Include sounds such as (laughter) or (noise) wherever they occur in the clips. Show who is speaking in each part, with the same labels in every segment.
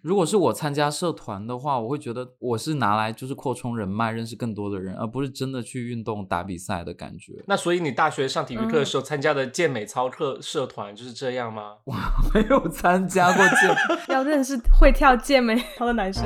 Speaker 1: 如果是我参加社团的话，我会觉得我是拿来就是扩充人脉，认识更多的人，而不是真的去运动打比赛的感觉。 (laughs)
Speaker 2: 那所以你大学上体育
Speaker 3: 嗯
Speaker 2: 课的时候参加的健美操课社团就是这样吗？
Speaker 1: 没有参加过健， (laughs)
Speaker 3: 要认识会跳健美操的男生。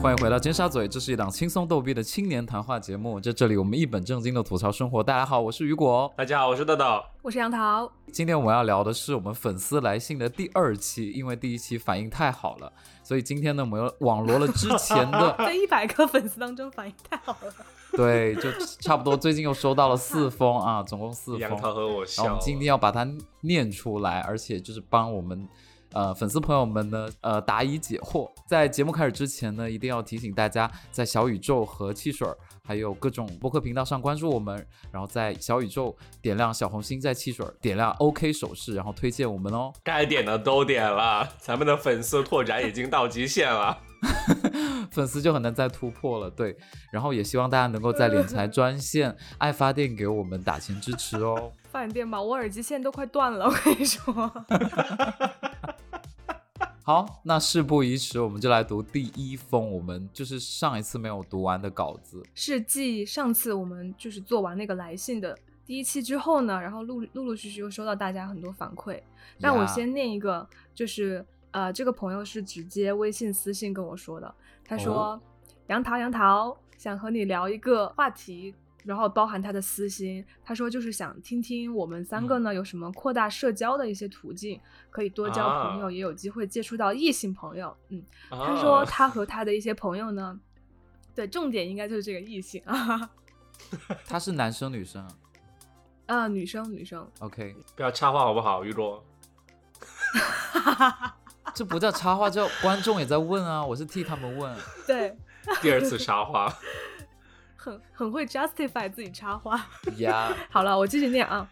Speaker 1: 欢迎回到尖沙咀，这是一档轻松逗逼的青年谈话节目，在这里我们一本正经的吐槽生活。大家好，我是雨果。
Speaker 2: 大家好，我是豆豆。
Speaker 3: 我是杨桃，
Speaker 1: 今天我们要聊的是我们粉丝来信的第二期，因为第一期反应太好了，所以今天呢，我们又网罗了之前的 (laughs)
Speaker 3: 在一百个粉丝当中反应太好 (laughs) 了。
Speaker 1: 对，就差不多。最近又收到了四封啊，总共四封。
Speaker 2: 杨桃
Speaker 1: 然
Speaker 2: 和我
Speaker 1: 后我
Speaker 2: 笑
Speaker 1: 们
Speaker 2: 了。
Speaker 1: 今天要把它念出来，而且就是帮我们呃粉丝朋友们呢呃答疑解惑。在节目开始之前呢，一定要提醒大家，在小宇宙和汽水儿还有各种播客频道上关注我们，然后在小宇宙点亮小红心，在汽水儿点亮 OK 手势，然后推荐我们哦。 (laughs)
Speaker 2: 该点的都点了，咱们的粉丝拓展已经到极限了。
Speaker 1: 粉丝就很难再突破了。对，然后也希望大家能够
Speaker 2: (laughs)
Speaker 1: 在理财专线、爱发电给我们打钱支持哦。
Speaker 3: 饭店吧，我耳机线都快断了，我跟你说。 (laughs)
Speaker 1: 好，那事不宜迟，我们就来读第一封，我们就是上一次没有读完的稿子。
Speaker 3: 是继上次我们就是做完那个来信的第一期之后呢，然后陆陆陆续续又收到大家很多反馈。那我
Speaker 1: 呀
Speaker 3: 先念一个，就是呃，这个朋友是直接微信私信跟我说的，他说：“
Speaker 1: 哦
Speaker 3: 杨桃，杨桃，想和你聊一个话题。”然后包含他的私心，他说就是想听听我们三
Speaker 1: 嗯
Speaker 3: 个呢、有什么扩大社交的一些途径，可以多交朋友，
Speaker 2: 啊
Speaker 3: 也有机会接触到异性朋友。嗯，他
Speaker 2: 他
Speaker 1: 啊
Speaker 3: 说他和他的一些朋友呢，对，重点应该就是这个异性啊， (laughs)
Speaker 1: 他是男生女生啊
Speaker 3: 啊，女生女生，
Speaker 1: ？OK，
Speaker 2: 不要插话好不好，雨果？
Speaker 1: 这不叫插话，叫观众也在问啊，我是替他们
Speaker 3: (laughs)
Speaker 1: 问。
Speaker 3: 对，
Speaker 2: 第二次插话。
Speaker 3: 很很会 justify 自己插话。
Speaker 1: 呀、
Speaker 3: (laughs) 好了，我继续念啊。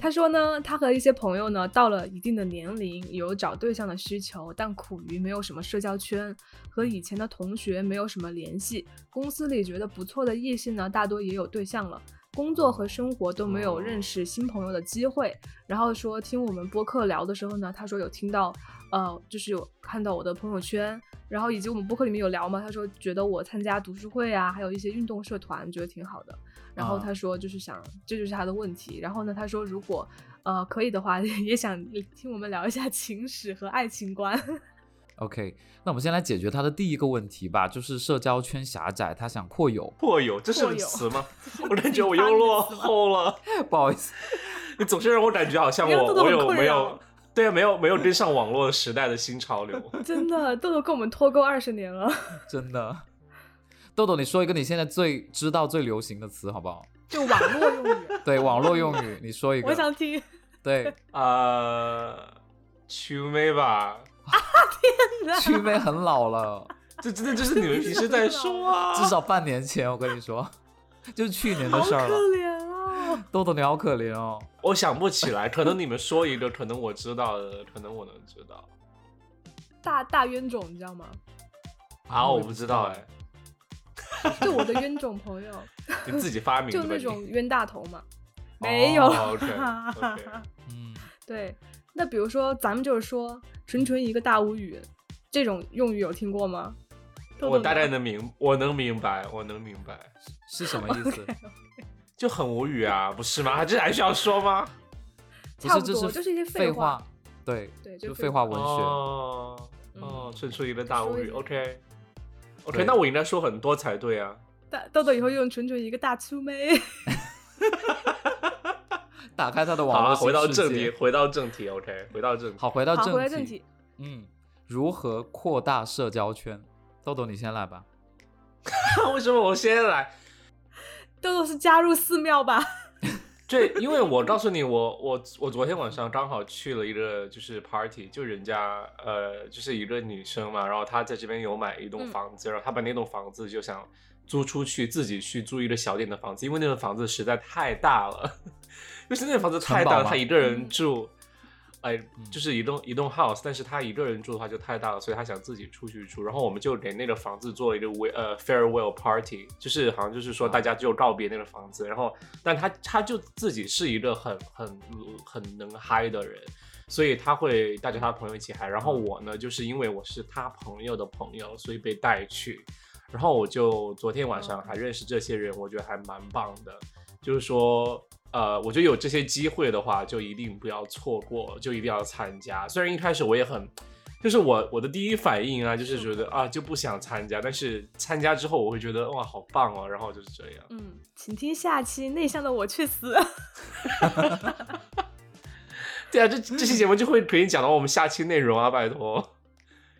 Speaker 3: 他说呢，他和一些朋友呢，到了一定的年龄，有找对象的需求，但苦于没有什么社交圈，和以前的同学没有什么联系。公司里觉得不错的异性呢，大多也有对象了。工作和生活都没有认识新朋友的机会，然后说听我们播客聊的时候呢，他说有听到，呃，就是有看到我的朋友圈，然后以及我们播客里面有聊嘛，他说觉得我参加读书会啊，还有一些运动社团，觉得挺好的。然后
Speaker 1: 啊
Speaker 3: 他说就是想，这就是他的问题。然后呢，他说如果呃可以的话， (laughs) 也想听我们聊一下情史和爱情观。
Speaker 1: OK，那我们先来解决他的第一个问题吧，就是社交圈狭窄，他想扩友。
Speaker 2: (laughs)
Speaker 1: (laughs)
Speaker 2: 破友，这是
Speaker 3: 破
Speaker 2: 个
Speaker 3: 友
Speaker 2: 词
Speaker 3: (laughs)
Speaker 2: 吗？ (laughs) 我感觉我又落后了。
Speaker 1: 不好意思，
Speaker 2: 你总是让我感觉好像
Speaker 3: 你让
Speaker 2: 我
Speaker 3: 豆豆
Speaker 2: 我
Speaker 3: 很
Speaker 2: 有
Speaker 3: 困
Speaker 2: 没
Speaker 3: 扰
Speaker 2: 有对啊，没有没有跟上网络时代的新潮流。
Speaker 3: (laughs) 真的，豆豆跟我们脱钩二十年了，
Speaker 1: 真的。豆豆，你说一个你现在最知道最流行的词好不好？
Speaker 3: (laughs) 就网络用语，
Speaker 1: 对，网络用语，你说一
Speaker 3: 我
Speaker 1: 个。
Speaker 3: 想听。 (laughs)
Speaker 1: 对，
Speaker 2: 呃，曲妹吧，
Speaker 3: (laughs)
Speaker 1: 趣味很老了，
Speaker 2: 这真的就是你们平时在说啊。
Speaker 1: 至少半年前，我跟你说， (laughs) 就是去年的
Speaker 3: 好
Speaker 1: 事
Speaker 3: 可
Speaker 1: 儿了。
Speaker 3: 怜啊！
Speaker 1: 豆豆，你好可怜哦。
Speaker 2: 我想不起来，可能你们说一个，可能我知道的，可能我能知道
Speaker 3: 大大冤种，你知道吗？
Speaker 2: 啊，
Speaker 1: 嗯
Speaker 2: 我不知道哎，
Speaker 3: 就我的冤种
Speaker 2: (laughs)
Speaker 3: 朋友，
Speaker 2: 你自己发明
Speaker 3: 就
Speaker 2: 的吧
Speaker 3: 那
Speaker 2: 你
Speaker 3: 种冤大头嘛，没有。
Speaker 2: (laughs) 哦
Speaker 3: (laughs)
Speaker 2: OK，OK
Speaker 1: 嗯，
Speaker 3: 对，那比如说咱们就是说，纯纯一个大无语，这种用语有听过吗？豆豆
Speaker 2: 我大
Speaker 3: 呢
Speaker 2: 概能明，我能明白，我能明白，
Speaker 1: 是什么意
Speaker 3: (laughs)
Speaker 1: 思？
Speaker 2: 就很无语啊，不是吗？这 (laughs) 还需要说吗？
Speaker 1: 不
Speaker 3: 差
Speaker 1: 是，
Speaker 3: 不
Speaker 1: 这
Speaker 3: 多
Speaker 1: 是
Speaker 3: 就是一些
Speaker 1: 废
Speaker 3: 废话
Speaker 1: 话。对，
Speaker 3: 对，
Speaker 1: 就
Speaker 3: 就
Speaker 1: 废话文学。
Speaker 2: 哦
Speaker 3: 嗯
Speaker 2: 哦，衬出一个大无
Speaker 3: 说一
Speaker 2: 语。
Speaker 3: 下
Speaker 2: OK OK，
Speaker 1: 对
Speaker 2: 那我应该说很多才对啊。
Speaker 3: 大豆豆以后用纯纯一个大粗妹，
Speaker 1: 打开他的
Speaker 2: 好
Speaker 1: 网
Speaker 2: 啊，
Speaker 1: 络。
Speaker 2: 回到正题，。回到正题。OK，回到正题。
Speaker 1: 好，回到
Speaker 3: 好，
Speaker 1: 正
Speaker 3: 回来正题。
Speaker 1: 嗯，如何扩大社交圈？豆豆，你先来吧。
Speaker 2: (laughs) 为什么我先来？
Speaker 3: 豆豆是加入寺庙吧？
Speaker 2: 对，因为我告诉你，我我我昨天晚上刚好去了一个就是 party，就人家呃就是一个女生嘛，然后她在这边有买一栋
Speaker 3: 嗯
Speaker 2: 房子，然后她把那栋房子就想租出去，自己去租一个小点的房子，因为那 (laughs) 栋房子实在太大了，就是那栋房子太
Speaker 1: 城
Speaker 2: 大
Speaker 1: 堡
Speaker 2: 了，
Speaker 1: 吗
Speaker 2: 她一个人
Speaker 3: 嗯
Speaker 2: 住。哎，就是一栋一栋 house，但是他一个人住的话就太大了，所以他想自己出去住。然后我们就给那个房子做了一个 we 呃 farewell party，就是好像就是说大家就告别那个房子。然后，但他他就自己是一个很很很能嗨的人，所以他会带着他朋友一起嗨。然后我呢，就是因为我是他朋友的朋友，所以被带去。然后我就昨天晚上还认识这些人，我觉得还蛮棒的。就是说，呃，我觉得有这些机会的话，就一定不要错过，就一定要参加。虽然一开始我也很，就是我我的第一反应啊，就是觉得啊就不想参加，但是参加之后我会觉得哇好棒哦，然后就是这样。
Speaker 3: 嗯，请听下期《内向的我
Speaker 1: (laughs)
Speaker 3: 去死》
Speaker 2: 对啊，这这期节目就会可以讲到我们下期内容啊，拜托。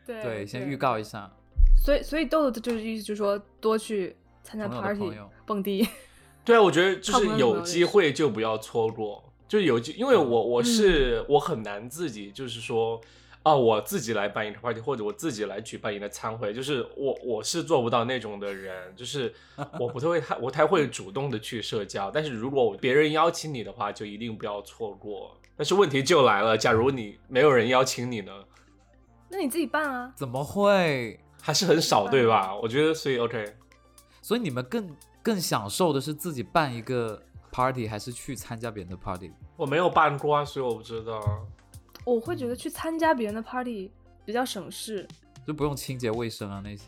Speaker 3: 对
Speaker 1: 对，先预。告一下，
Speaker 3: 所以，所以豆豆就是意思就是说，多去参加
Speaker 1: 朋友的
Speaker 3: party
Speaker 1: 朋友
Speaker 3: 蹦迪。 (laughs)
Speaker 2: 对啊，我觉得就
Speaker 3: 看不
Speaker 2: 是
Speaker 3: 到有没
Speaker 2: 有
Speaker 3: 有
Speaker 2: 机会就不要错过，就有机，因为我
Speaker 3: 嗯
Speaker 2: 我是、我很难自己就是说啊，我自己来办一个 party，或者我自己来举办一个餐会，就是我我是做不到那种的人，就是我不太会太我太会主动的去社交，但是如果别人邀请你的话，就一定不要错过。但是问题就来了，假如你没有人邀请你呢，
Speaker 3: 那你自己办啊。
Speaker 1: 怎么会？
Speaker 2: 还是很少对吧？我觉得所以 OK，
Speaker 1: 所以你们更更享受的是自己办一个 party，还是去参加别人的 party？
Speaker 2: 我没有办过啊，所以我不知道。
Speaker 3: 我会
Speaker 1: 嗯
Speaker 3: 觉得去参加别人的 party 比较省事。 (laughs)
Speaker 1: 就不用清洁卫生啊那些。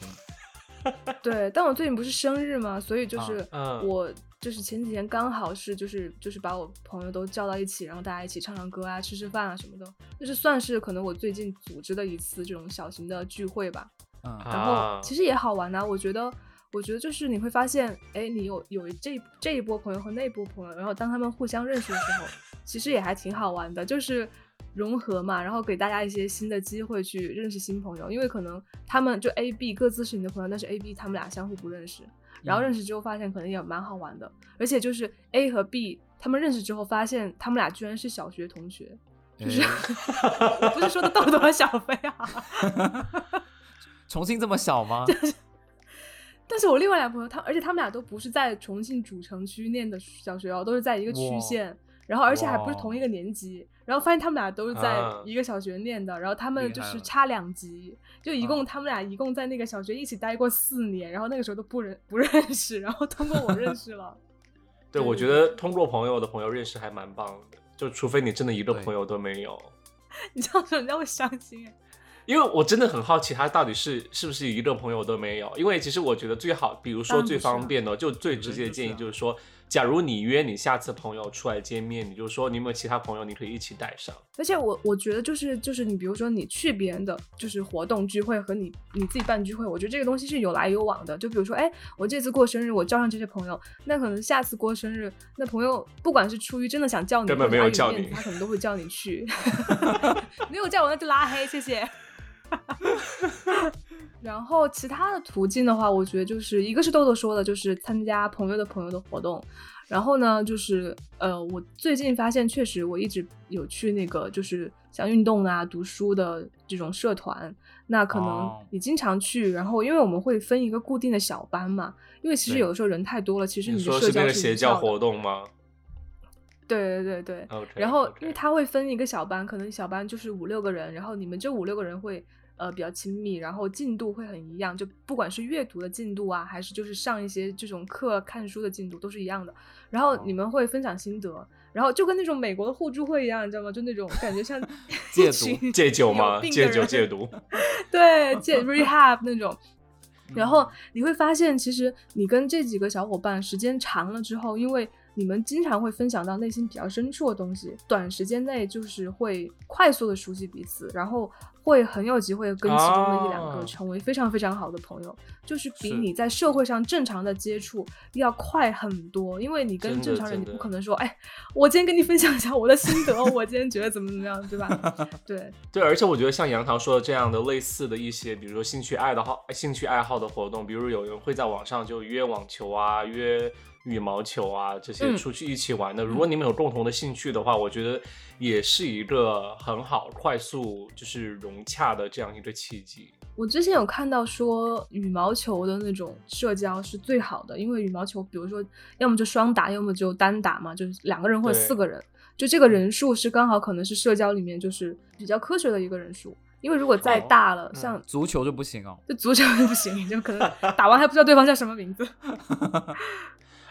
Speaker 3: 对，但我最近不是生日嘛，所以就是
Speaker 2: 啊嗯
Speaker 3: 我就是前几天刚好是就是就是把我朋友都叫到一起，然后大家一起唱唱歌啊、吃吃饭啊什么的，就是算是可能我最近组织的一次这种小型的聚会吧。
Speaker 1: 嗯，
Speaker 2: 啊
Speaker 3: 然后其实也好玩呐、我觉得，我觉得就是你会发现，哎，你有有这这一波朋友和那一波朋友，然后当他们互相认识的时候，其实也还挺好玩的，就是融合嘛，然后给大家一些新的机会去认识新朋友，因为可能他们就 A、B 各自是你的朋友，但是 A、B 他们俩相互不认识，然后认识之后发现可能也蛮好玩的，而且就是 A 和 B 他们认识之后发现他们俩居然是小学同学，就是
Speaker 1: 哎
Speaker 3: (laughs) 我不是说的豆豆和小飞啊。
Speaker 1: 重庆这么小吗？
Speaker 3: 但是我另外两个朋友，他而且他们俩都不是在重庆主城区念的小学哦，都是在一个区县，然后而且还不是同一个年级，然后发现他们俩都是在
Speaker 2: 啊
Speaker 3: 一个小学念的，然后他们
Speaker 1: 厉
Speaker 3: 就
Speaker 1: 害
Speaker 3: 是
Speaker 1: 了
Speaker 3: 差两级，就一共
Speaker 1: 啊
Speaker 3: 他们俩一共在那个小学一起待过四年，然后那个时候都不认不认识，然后通过我认识了， (laughs)
Speaker 2: 对，
Speaker 3: 对
Speaker 2: 我
Speaker 3: 对
Speaker 2: 觉得通过朋友的朋友认识还蛮棒的，就除非你真的一个
Speaker 1: 对
Speaker 2: 朋友都没有，
Speaker 3: 你这样说人家会伤心哎。
Speaker 2: 因为我真的很好奇他到底是是不是一个朋友都没有。因为其实我觉得最好，比如
Speaker 3: 当
Speaker 2: 说
Speaker 3: 然不
Speaker 2: 最
Speaker 3: 是啊
Speaker 2: 方便的，就最直接的建议就是说，假如你约你下次朋友出来见面，你就说你有没有其他朋友你可以一起带上。
Speaker 3: 而且我我觉得就是就是你比如说你去别人的就是活动聚会和你你自己办聚会，我觉得这个东西是有来有往的。就比如说，哎，我这次过生日我叫上这些朋友，那可能下次过生日，那朋友不管是出于真的想叫你，
Speaker 2: 根本
Speaker 3: 或者
Speaker 2: 没有
Speaker 3: 碍于
Speaker 2: 叫
Speaker 3: 面子
Speaker 2: 你
Speaker 3: 他可能都会叫
Speaker 2: (laughs)
Speaker 3: 你去。没有叫我那就拉黑，谢谢。 (laughs) 然后其他的途径的话，我觉得就是一个是豆豆说的，就是参加朋友的朋友的活动，然后呢，就是呃，我最近发现，确实我一直有去那个就是像运动啊、读书的这种社团，那可能
Speaker 1: 哦
Speaker 3: 你经常去，然后因为我们会分一个固定的小班嘛，因为其实
Speaker 1: 对
Speaker 3: 有的时候人太多了，其实
Speaker 2: 你
Speaker 3: 的
Speaker 2: 说
Speaker 3: 社
Speaker 2: 是
Speaker 3: 交
Speaker 2: 那个
Speaker 3: 是
Speaker 2: 邪
Speaker 3: 无
Speaker 2: 教
Speaker 3: 效的
Speaker 2: 活动吗
Speaker 3: 对对对对，
Speaker 2: ？OK，
Speaker 3: 然后
Speaker 2: OK
Speaker 3: 因为他会分一个小班，可能小班就是五六个人，然后你们这五六个人会呃比较亲密，然后进度会很一样，就不管是阅读的进度啊，还是就是上一些这种课看书的进度都是一样的。然后
Speaker 2: 哦
Speaker 3: 你们会分享心得，然后就跟那种美国的互助会一样，你知道吗？就那种感觉像 (laughs)
Speaker 1: 戒
Speaker 3: 一
Speaker 1: 毒
Speaker 3: 群
Speaker 2: 戒酒
Speaker 3: 有
Speaker 2: 吗？
Speaker 3: 病的
Speaker 2: 戒酒
Speaker 3: 人
Speaker 2: 戒毒。
Speaker 3: 对，戒 rehab 那种。
Speaker 1: 嗯
Speaker 3: 然后你会发现，其实你跟这几个小伙伴时间长了之后，因为你们经常会分享到内心比较深处的东西，短时间内就是会快速的熟悉彼此，然后会很有机会跟其中的一两
Speaker 2: 哦
Speaker 3: 个成为非常非常好的朋友，就是比
Speaker 1: 是
Speaker 3: 你在社会上正常的接触要快很多，因为你
Speaker 2: 真
Speaker 3: 跟
Speaker 2: 的
Speaker 3: 正常人
Speaker 2: 真
Speaker 3: 你
Speaker 2: 的
Speaker 3: 不可能说，哎，我今天跟你分享一下我的心得，我今天觉得怎么怎么样，对吧？
Speaker 2: (laughs)
Speaker 3: 对，
Speaker 2: 对，而且我觉得像杨桃说的这样的类似的一些，比如说兴趣爱的好、兴趣爱好的活动，比如有人会在网上就约网球啊、约羽毛球啊这些
Speaker 3: 嗯
Speaker 2: 出去一起玩的。如果你们有共同的兴趣的话，我觉得也是一个很好、快速就是融洽的这样一个契机。
Speaker 3: 我之前有看到说羽毛球的那种社交是最好的，因为羽毛球，比如说要么就双打，要么就单打嘛，就是两个人或者
Speaker 2: 对嗯
Speaker 3: 四个人。就这个人数是刚好可能是社交里面就是比较科学的一个人数，因为如果再大了，
Speaker 2: 嗯
Speaker 3: 像
Speaker 1: 足球就不行哦。
Speaker 3: 就足球就不行，就可能打完还不知道对方叫什么名字。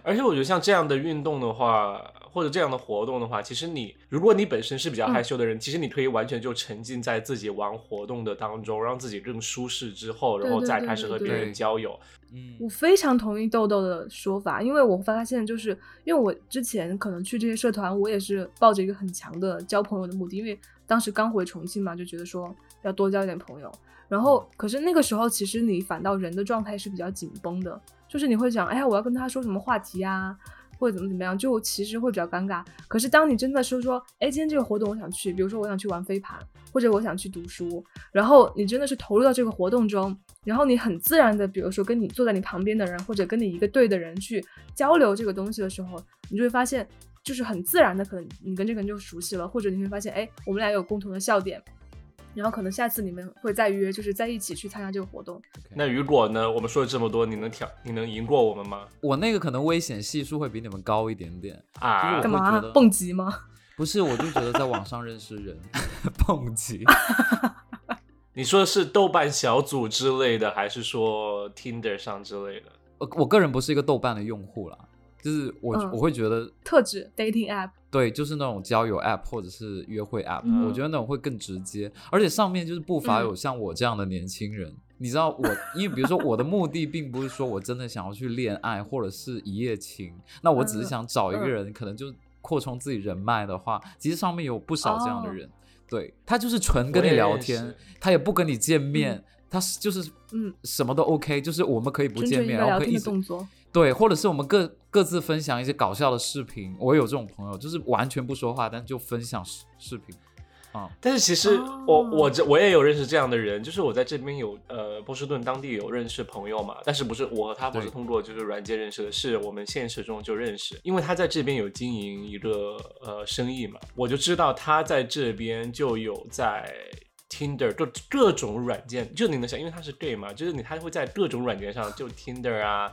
Speaker 2: 而且我觉得像这样的运动的话，或者这样的活动的话，其实你如果你本身是比较
Speaker 3: 嗯
Speaker 2: 害羞的人，其实你可以完全就沉浸在自己玩活动的当中，让自己更舒适之后，
Speaker 3: 对
Speaker 2: 然后
Speaker 3: 对
Speaker 2: 再
Speaker 3: 对
Speaker 2: 开始
Speaker 3: 对
Speaker 2: 和别
Speaker 1: 对
Speaker 2: 人交友。
Speaker 1: 嗯
Speaker 3: 我非常同意豆豆的说法，因为我发现就是因为我之前可能去这些社团，我也是抱着一个很强的交朋友的目的，因为当时刚回重庆嘛，就觉得说要多交一点朋友。然后，可是那个时候其实你反倒人的状态是比较紧绷的，就是你会想，哎呀，我要跟他说什么话题啊，或者怎么怎么样，就其实会比较尴尬。可是当你真的说说，哎，今天这个活动我想去，比如说我想去玩飞盘，或者我想去读书，然后你真的是投入到这个活动中，然后你很自然的，比如说跟你坐在你旁边的人，或者跟你一个队的人去交流这个东西的时候，你就会发现，就是很自然的，可能你跟这个人就熟悉了，或者你会发现，哎，我们俩有共同的笑点，然后可能下次你们会再约，就是在一起去参加这个活动。
Speaker 2: 那如果呢，我们说了这么多，你能挑，你能赢过我们吗？
Speaker 1: 我那个可能危险系数会比你们高一点点，
Speaker 2: 啊
Speaker 1: 我
Speaker 3: 干
Speaker 1: 会
Speaker 3: 嘛
Speaker 1: 觉得
Speaker 3: 蹦极吗？
Speaker 1: 不是，我就觉得在网上认识
Speaker 3: (laughs)
Speaker 1: 人蹦极， (laughs)
Speaker 2: 你说的是豆瓣小组之类的，还是说 Tinder 上之类的？
Speaker 1: 我我个人不是一个豆瓣的用户啦，就是我、
Speaker 3: 嗯
Speaker 1: 我会觉得
Speaker 3: 特指 dating app，
Speaker 1: 对，就是那种交友 app 或者是约会 app，、
Speaker 3: 嗯
Speaker 1: 我觉得那种会更直接，而且上面就是不乏有像我这样的年轻人。你知道我，因为比如说我的目的并不是说我真的想要去恋爱或者是一夜情，那我
Speaker 3: 嗯
Speaker 1: 只是想找一个人，可能就扩充自己人脉的话，其实上面有不少这样
Speaker 3: 哦
Speaker 1: 的人，对他就是纯跟你
Speaker 2: 我也
Speaker 1: 聊
Speaker 2: 认识
Speaker 1: 天，他也不跟你见面，他是就是
Speaker 3: 嗯
Speaker 1: 什么都 OK，就是我们可以不
Speaker 3: 纯
Speaker 1: 见
Speaker 3: 纯一
Speaker 1: 面，
Speaker 3: 个
Speaker 1: 然
Speaker 3: 聊
Speaker 1: 后可以
Speaker 3: 天
Speaker 1: 一
Speaker 3: 的
Speaker 1: 直
Speaker 3: 动作。
Speaker 1: 对，或者是我们各各自分享一些搞笑的视频。我有这种朋友，就是完全不说话，但就分享视视频。
Speaker 2: 但是其实
Speaker 3: 哦
Speaker 2: 我、我这我也有认识这样的人，就是我在这边有呃波士顿当地有认识朋友嘛，但是不是我和他不是
Speaker 1: 对
Speaker 2: 通过就是软件认识的，是我们现实中就认识，因为他在这边有经营一个呃生意嘛，我就知道他在这边就有在。Tinder 就各种软件，就你能想，因为他是 gay 嘛，就是你他会在各种软件上，就 Tinder 啊、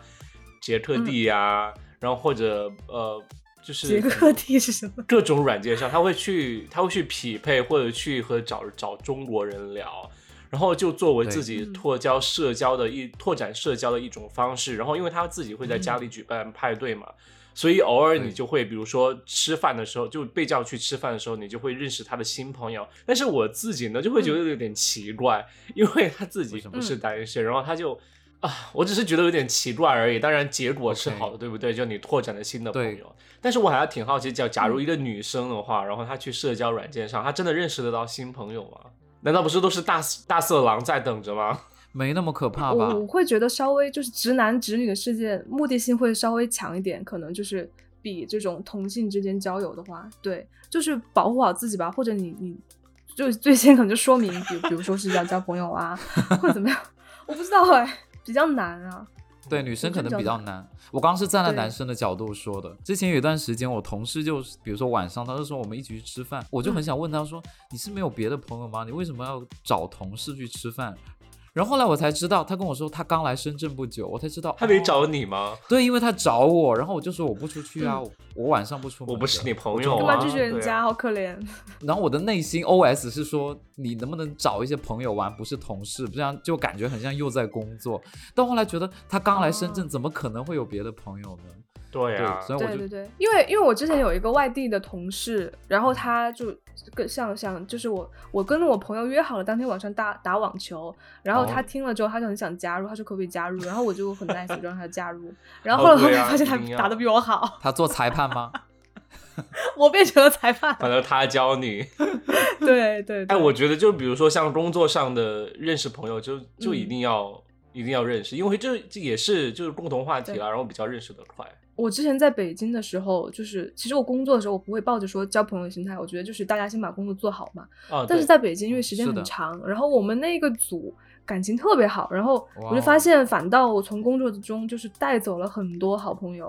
Speaker 2: 杰
Speaker 3: 嗯
Speaker 2: 克地啊，然后或者呃，就是
Speaker 3: 杰克地是什么？
Speaker 2: 各种软件上，他会去他会去匹配或者去和找找中国人聊，然后就作为
Speaker 1: 对
Speaker 2: 自己
Speaker 3: 嗯
Speaker 2: 拓交社交的一拓展社交的一种方式。然后因为他自己会在家里举办派对嘛，所以偶尔
Speaker 1: 对
Speaker 2: 你就会比如说吃饭的时候就被叫去吃饭的时候，你就会认识他的新朋友。但是我自己呢就会觉得有点奇怪，因为他自
Speaker 1: 嗯
Speaker 2: 己
Speaker 1: 为什么
Speaker 2: 不是单身，然后他就。啊，我只是觉得有点奇怪而已。当然，结果是
Speaker 1: OK
Speaker 2: 好的对不对？就你拓展了新的朋
Speaker 1: 对
Speaker 2: 友，但是我还挺好奇，假假如一个女生的话，然后她去社交软件上，她真的认识得到新朋友吗？难道不是都是大大色狼在等着吗？
Speaker 1: 没那么可怕吧？
Speaker 3: 我我会觉得稍微就是直男直女的世界目的性会稍微强一点，可能就是比这种同性之间交友的话，对，就是保护好自己吧，或者你你就最先可能就说明，比比如说是要交朋友啊，或者怎么样， (laughs) 我不知道哎、比较难啊，
Speaker 1: 对，女生可
Speaker 3: 真
Speaker 1: 能
Speaker 3: 的
Speaker 1: 比较难。我刚刚是站在
Speaker 3: 对
Speaker 1: 男生的角度说的。之前有一段时间，我同事就是，比如说晚上，他就说我们一起去吃饭，我就
Speaker 3: 嗯
Speaker 1: 很想问他说：“你是没有别的朋友吗？你为什么要找同事去吃饭？”然后后来我才知道，他跟我说他刚来深圳不久，我才知道
Speaker 2: 她没
Speaker 1: 哦
Speaker 2: 找你吗？
Speaker 1: 对，因为他找我，然后我就说我不出去啊，
Speaker 3: 嗯
Speaker 1: 我我晚上不出门的，
Speaker 2: 我不是你朋
Speaker 1: 我
Speaker 2: 友
Speaker 1: 就
Speaker 3: 干
Speaker 2: 啊，
Speaker 3: 嘛拒绝人
Speaker 2: 对啊
Speaker 3: 家，好可怜。
Speaker 1: 然后我的内心 OS 是说，你能不能找一些朋友玩，不是同事，这样就感觉很像又在工作。但后来觉得他刚来深圳，怎么可能会有别的朋友呢？
Speaker 2: 对啊，
Speaker 1: 所以我
Speaker 3: 对
Speaker 1: 就
Speaker 3: 对对，因为因为我之前有一个外地的同事，然
Speaker 2: 嗯
Speaker 3: 后他就跟像像就是我我跟我朋友约好了当天晚上打打网球，然后他
Speaker 1: 哦
Speaker 3: 听了之后他就很想加入，他说可不可以加入，然后我就很 nice 地让他
Speaker 2: (laughs)
Speaker 3: 加入，然后后来
Speaker 2: 哦
Speaker 3: 后
Speaker 2: 对
Speaker 3: 来
Speaker 2: 啊
Speaker 3: 发现
Speaker 2: 一
Speaker 3: 他
Speaker 2: 定要
Speaker 3: 打的比我好，
Speaker 1: 他做裁判吗？
Speaker 3: 我变成了
Speaker 2: (laughs)
Speaker 3: 裁判。
Speaker 2: 反正他教你。
Speaker 3: 对对
Speaker 2: 哎，
Speaker 3: 对，
Speaker 2: 我觉得就比如说像工作上的认识朋友就，就
Speaker 3: 嗯
Speaker 2: 一定要、一定要认识，因为这这也是就是共同话题啊啦，然后比较认识的快。
Speaker 3: 我之前在北京的时候，就是其实我工作的时候，我不会抱着说交朋友的心态，我觉得就是大家先把工作做好嘛，
Speaker 2: 啊，
Speaker 3: 但是
Speaker 2: 对
Speaker 3: 在北京，因为时间
Speaker 1: 是
Speaker 3: 很
Speaker 1: 的
Speaker 3: 长，然后我们那个组感情特别好，然后我就
Speaker 1: 哇
Speaker 3: 发
Speaker 1: 哦
Speaker 3: 现，反倒我从工作中就是带走了很多好朋友，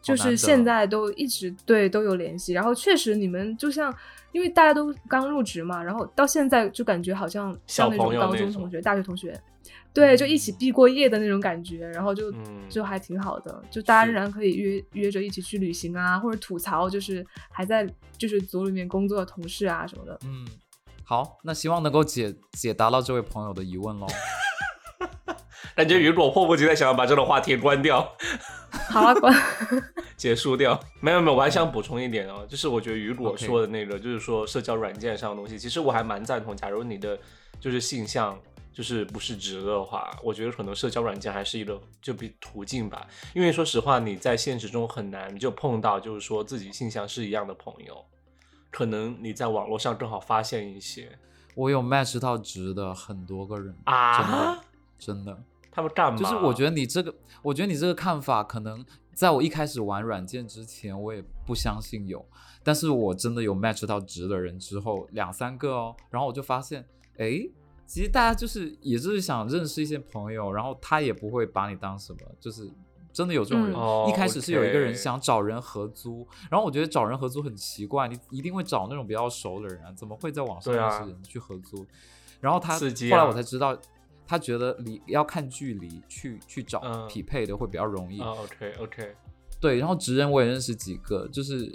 Speaker 3: 就
Speaker 1: 难
Speaker 3: 是
Speaker 1: 得
Speaker 2: 哦
Speaker 3: 现在都一直对都有联系。然后确实，你们就像因为大家都刚入职嘛，然后到现在就感觉好像
Speaker 2: 小
Speaker 3: 像那
Speaker 2: 朋
Speaker 3: 种
Speaker 2: 友
Speaker 3: 高
Speaker 2: 那
Speaker 3: 中
Speaker 2: 种
Speaker 3: 同学、大学同学， (laughs) 对，就一起毕过业的那种感觉，然后就、
Speaker 2: 嗯
Speaker 3: 就还挺好的，就大家
Speaker 2: 是
Speaker 3: 仍然可以约约着一起去旅行啊，或者吐槽就是还在就是组里面工作的同事啊什么的。
Speaker 1: 嗯，好，那希望能够解解答到这位朋友的疑问喽。
Speaker 2: 感觉雨果迫不及待想要把这个话题关掉、
Speaker 3: 好了， (laughs) 关
Speaker 2: 结
Speaker 1: (laughs)
Speaker 2: 束掉。没有没有，我还想补充一点哦，就是我觉得雨
Speaker 1: 嗯
Speaker 2: 果
Speaker 1: OK
Speaker 2: 说的那个就是说社交软件上的东西，其实我还蛮赞同。假如你的就是性向就是不是直的话，我觉得可能社交软件还是一个就比途径吧。因为说实话，你在现实中很难就碰到就是说自己性向是一样的朋友，可能你在网络上更好发现一些
Speaker 1: 我有 match 到直的很多个人，
Speaker 2: 啊。
Speaker 1: 真的，
Speaker 2: 他们干嘛？
Speaker 1: 就是我觉得你这个，我觉得你这个看法，可能在我一开始玩软件之前，我也不相信有，但是我真的有 match 到直的人之后，两三个哦，然后我就发现，哎，其实大家就是也就是想认识一些朋友，然后他也不会把你当什么，就是。真的有这种人，
Speaker 3: 嗯
Speaker 2: 哦
Speaker 1: 一开始是有一个人
Speaker 2: OK
Speaker 1: 想找人合租，然后我觉得找人合租很奇怪，你一定会找那种比较熟的人啊，怎么会在网上
Speaker 2: 对
Speaker 1: 认
Speaker 2: 啊
Speaker 1: 识人去合租？然后他
Speaker 2: 刺激
Speaker 1: 后来
Speaker 2: 啊
Speaker 1: 我才知道，他觉得离要看距离去去找
Speaker 2: 嗯
Speaker 1: 匹配的会比较容易。
Speaker 2: 啊，OK，OK、o k OK，
Speaker 1: 对，然后直人我也认识几个，就是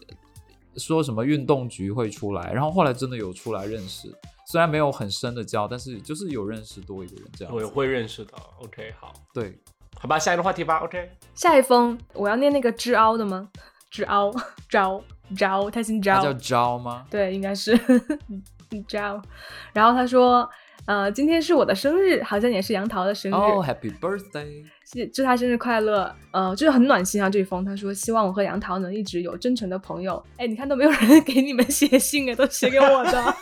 Speaker 1: 说什么运动局会出来，然后后来真的有出来认识，虽然没有很深的交，但是就是有认识多一个人这样
Speaker 2: 我也
Speaker 1: 子。
Speaker 2: 会认识的。OK，好，
Speaker 1: 对，
Speaker 2: 好吧，下一个话题吧。OK，
Speaker 3: 下一封我要念那个知凹的吗？知凹招招，他姓
Speaker 1: 他
Speaker 3: 招
Speaker 1: 叫，招吗？
Speaker 3: 对，应该是 (laughs) 招。然后他说，呃，今天是我的生日，好像也是杨桃的生日。
Speaker 1: 哦、h a p p y birthday！
Speaker 3: 是祝他生日快乐，呃，就是很暖心啊。这一封他说希望我和杨桃能一直有真诚的朋友。哎，你看都没有人 (laughs) 给你们写信啊，都写给我的。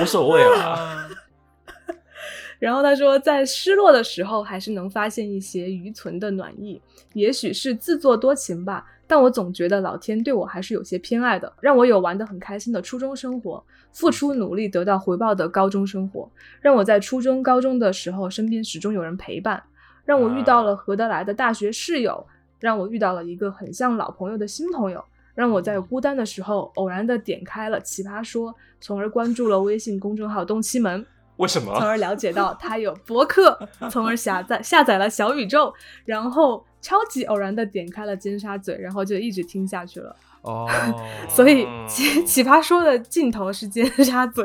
Speaker 2: 无所谓啦。
Speaker 1: (laughs)
Speaker 3: 然后他说，在失落的时候还是能发现一些余存的暖意，也许是自作多情吧。但我总觉得老天对我还是有些偏爱的，让我有玩得很开心的初中生活，付出努力得到回报的高中生活，让我在初中、高中的时候身边始终有人陪伴，让我遇到了合得来的大学室友，让我遇到了一个很像老朋友的新朋友，让我在孤单的时候偶然的点开了《奇葩说》，从而关注了微信公众号“东七门”。
Speaker 2: 为什么
Speaker 3: 从？而了解到他有博客，从而下载下载了小宇宙，然后超级偶然的点开了尖沙咀，然后就一直听下去了。
Speaker 1: 哦，
Speaker 3: (laughs) 所以
Speaker 2: 嗯
Speaker 3: 奇奇葩说的尽头是尖沙咀。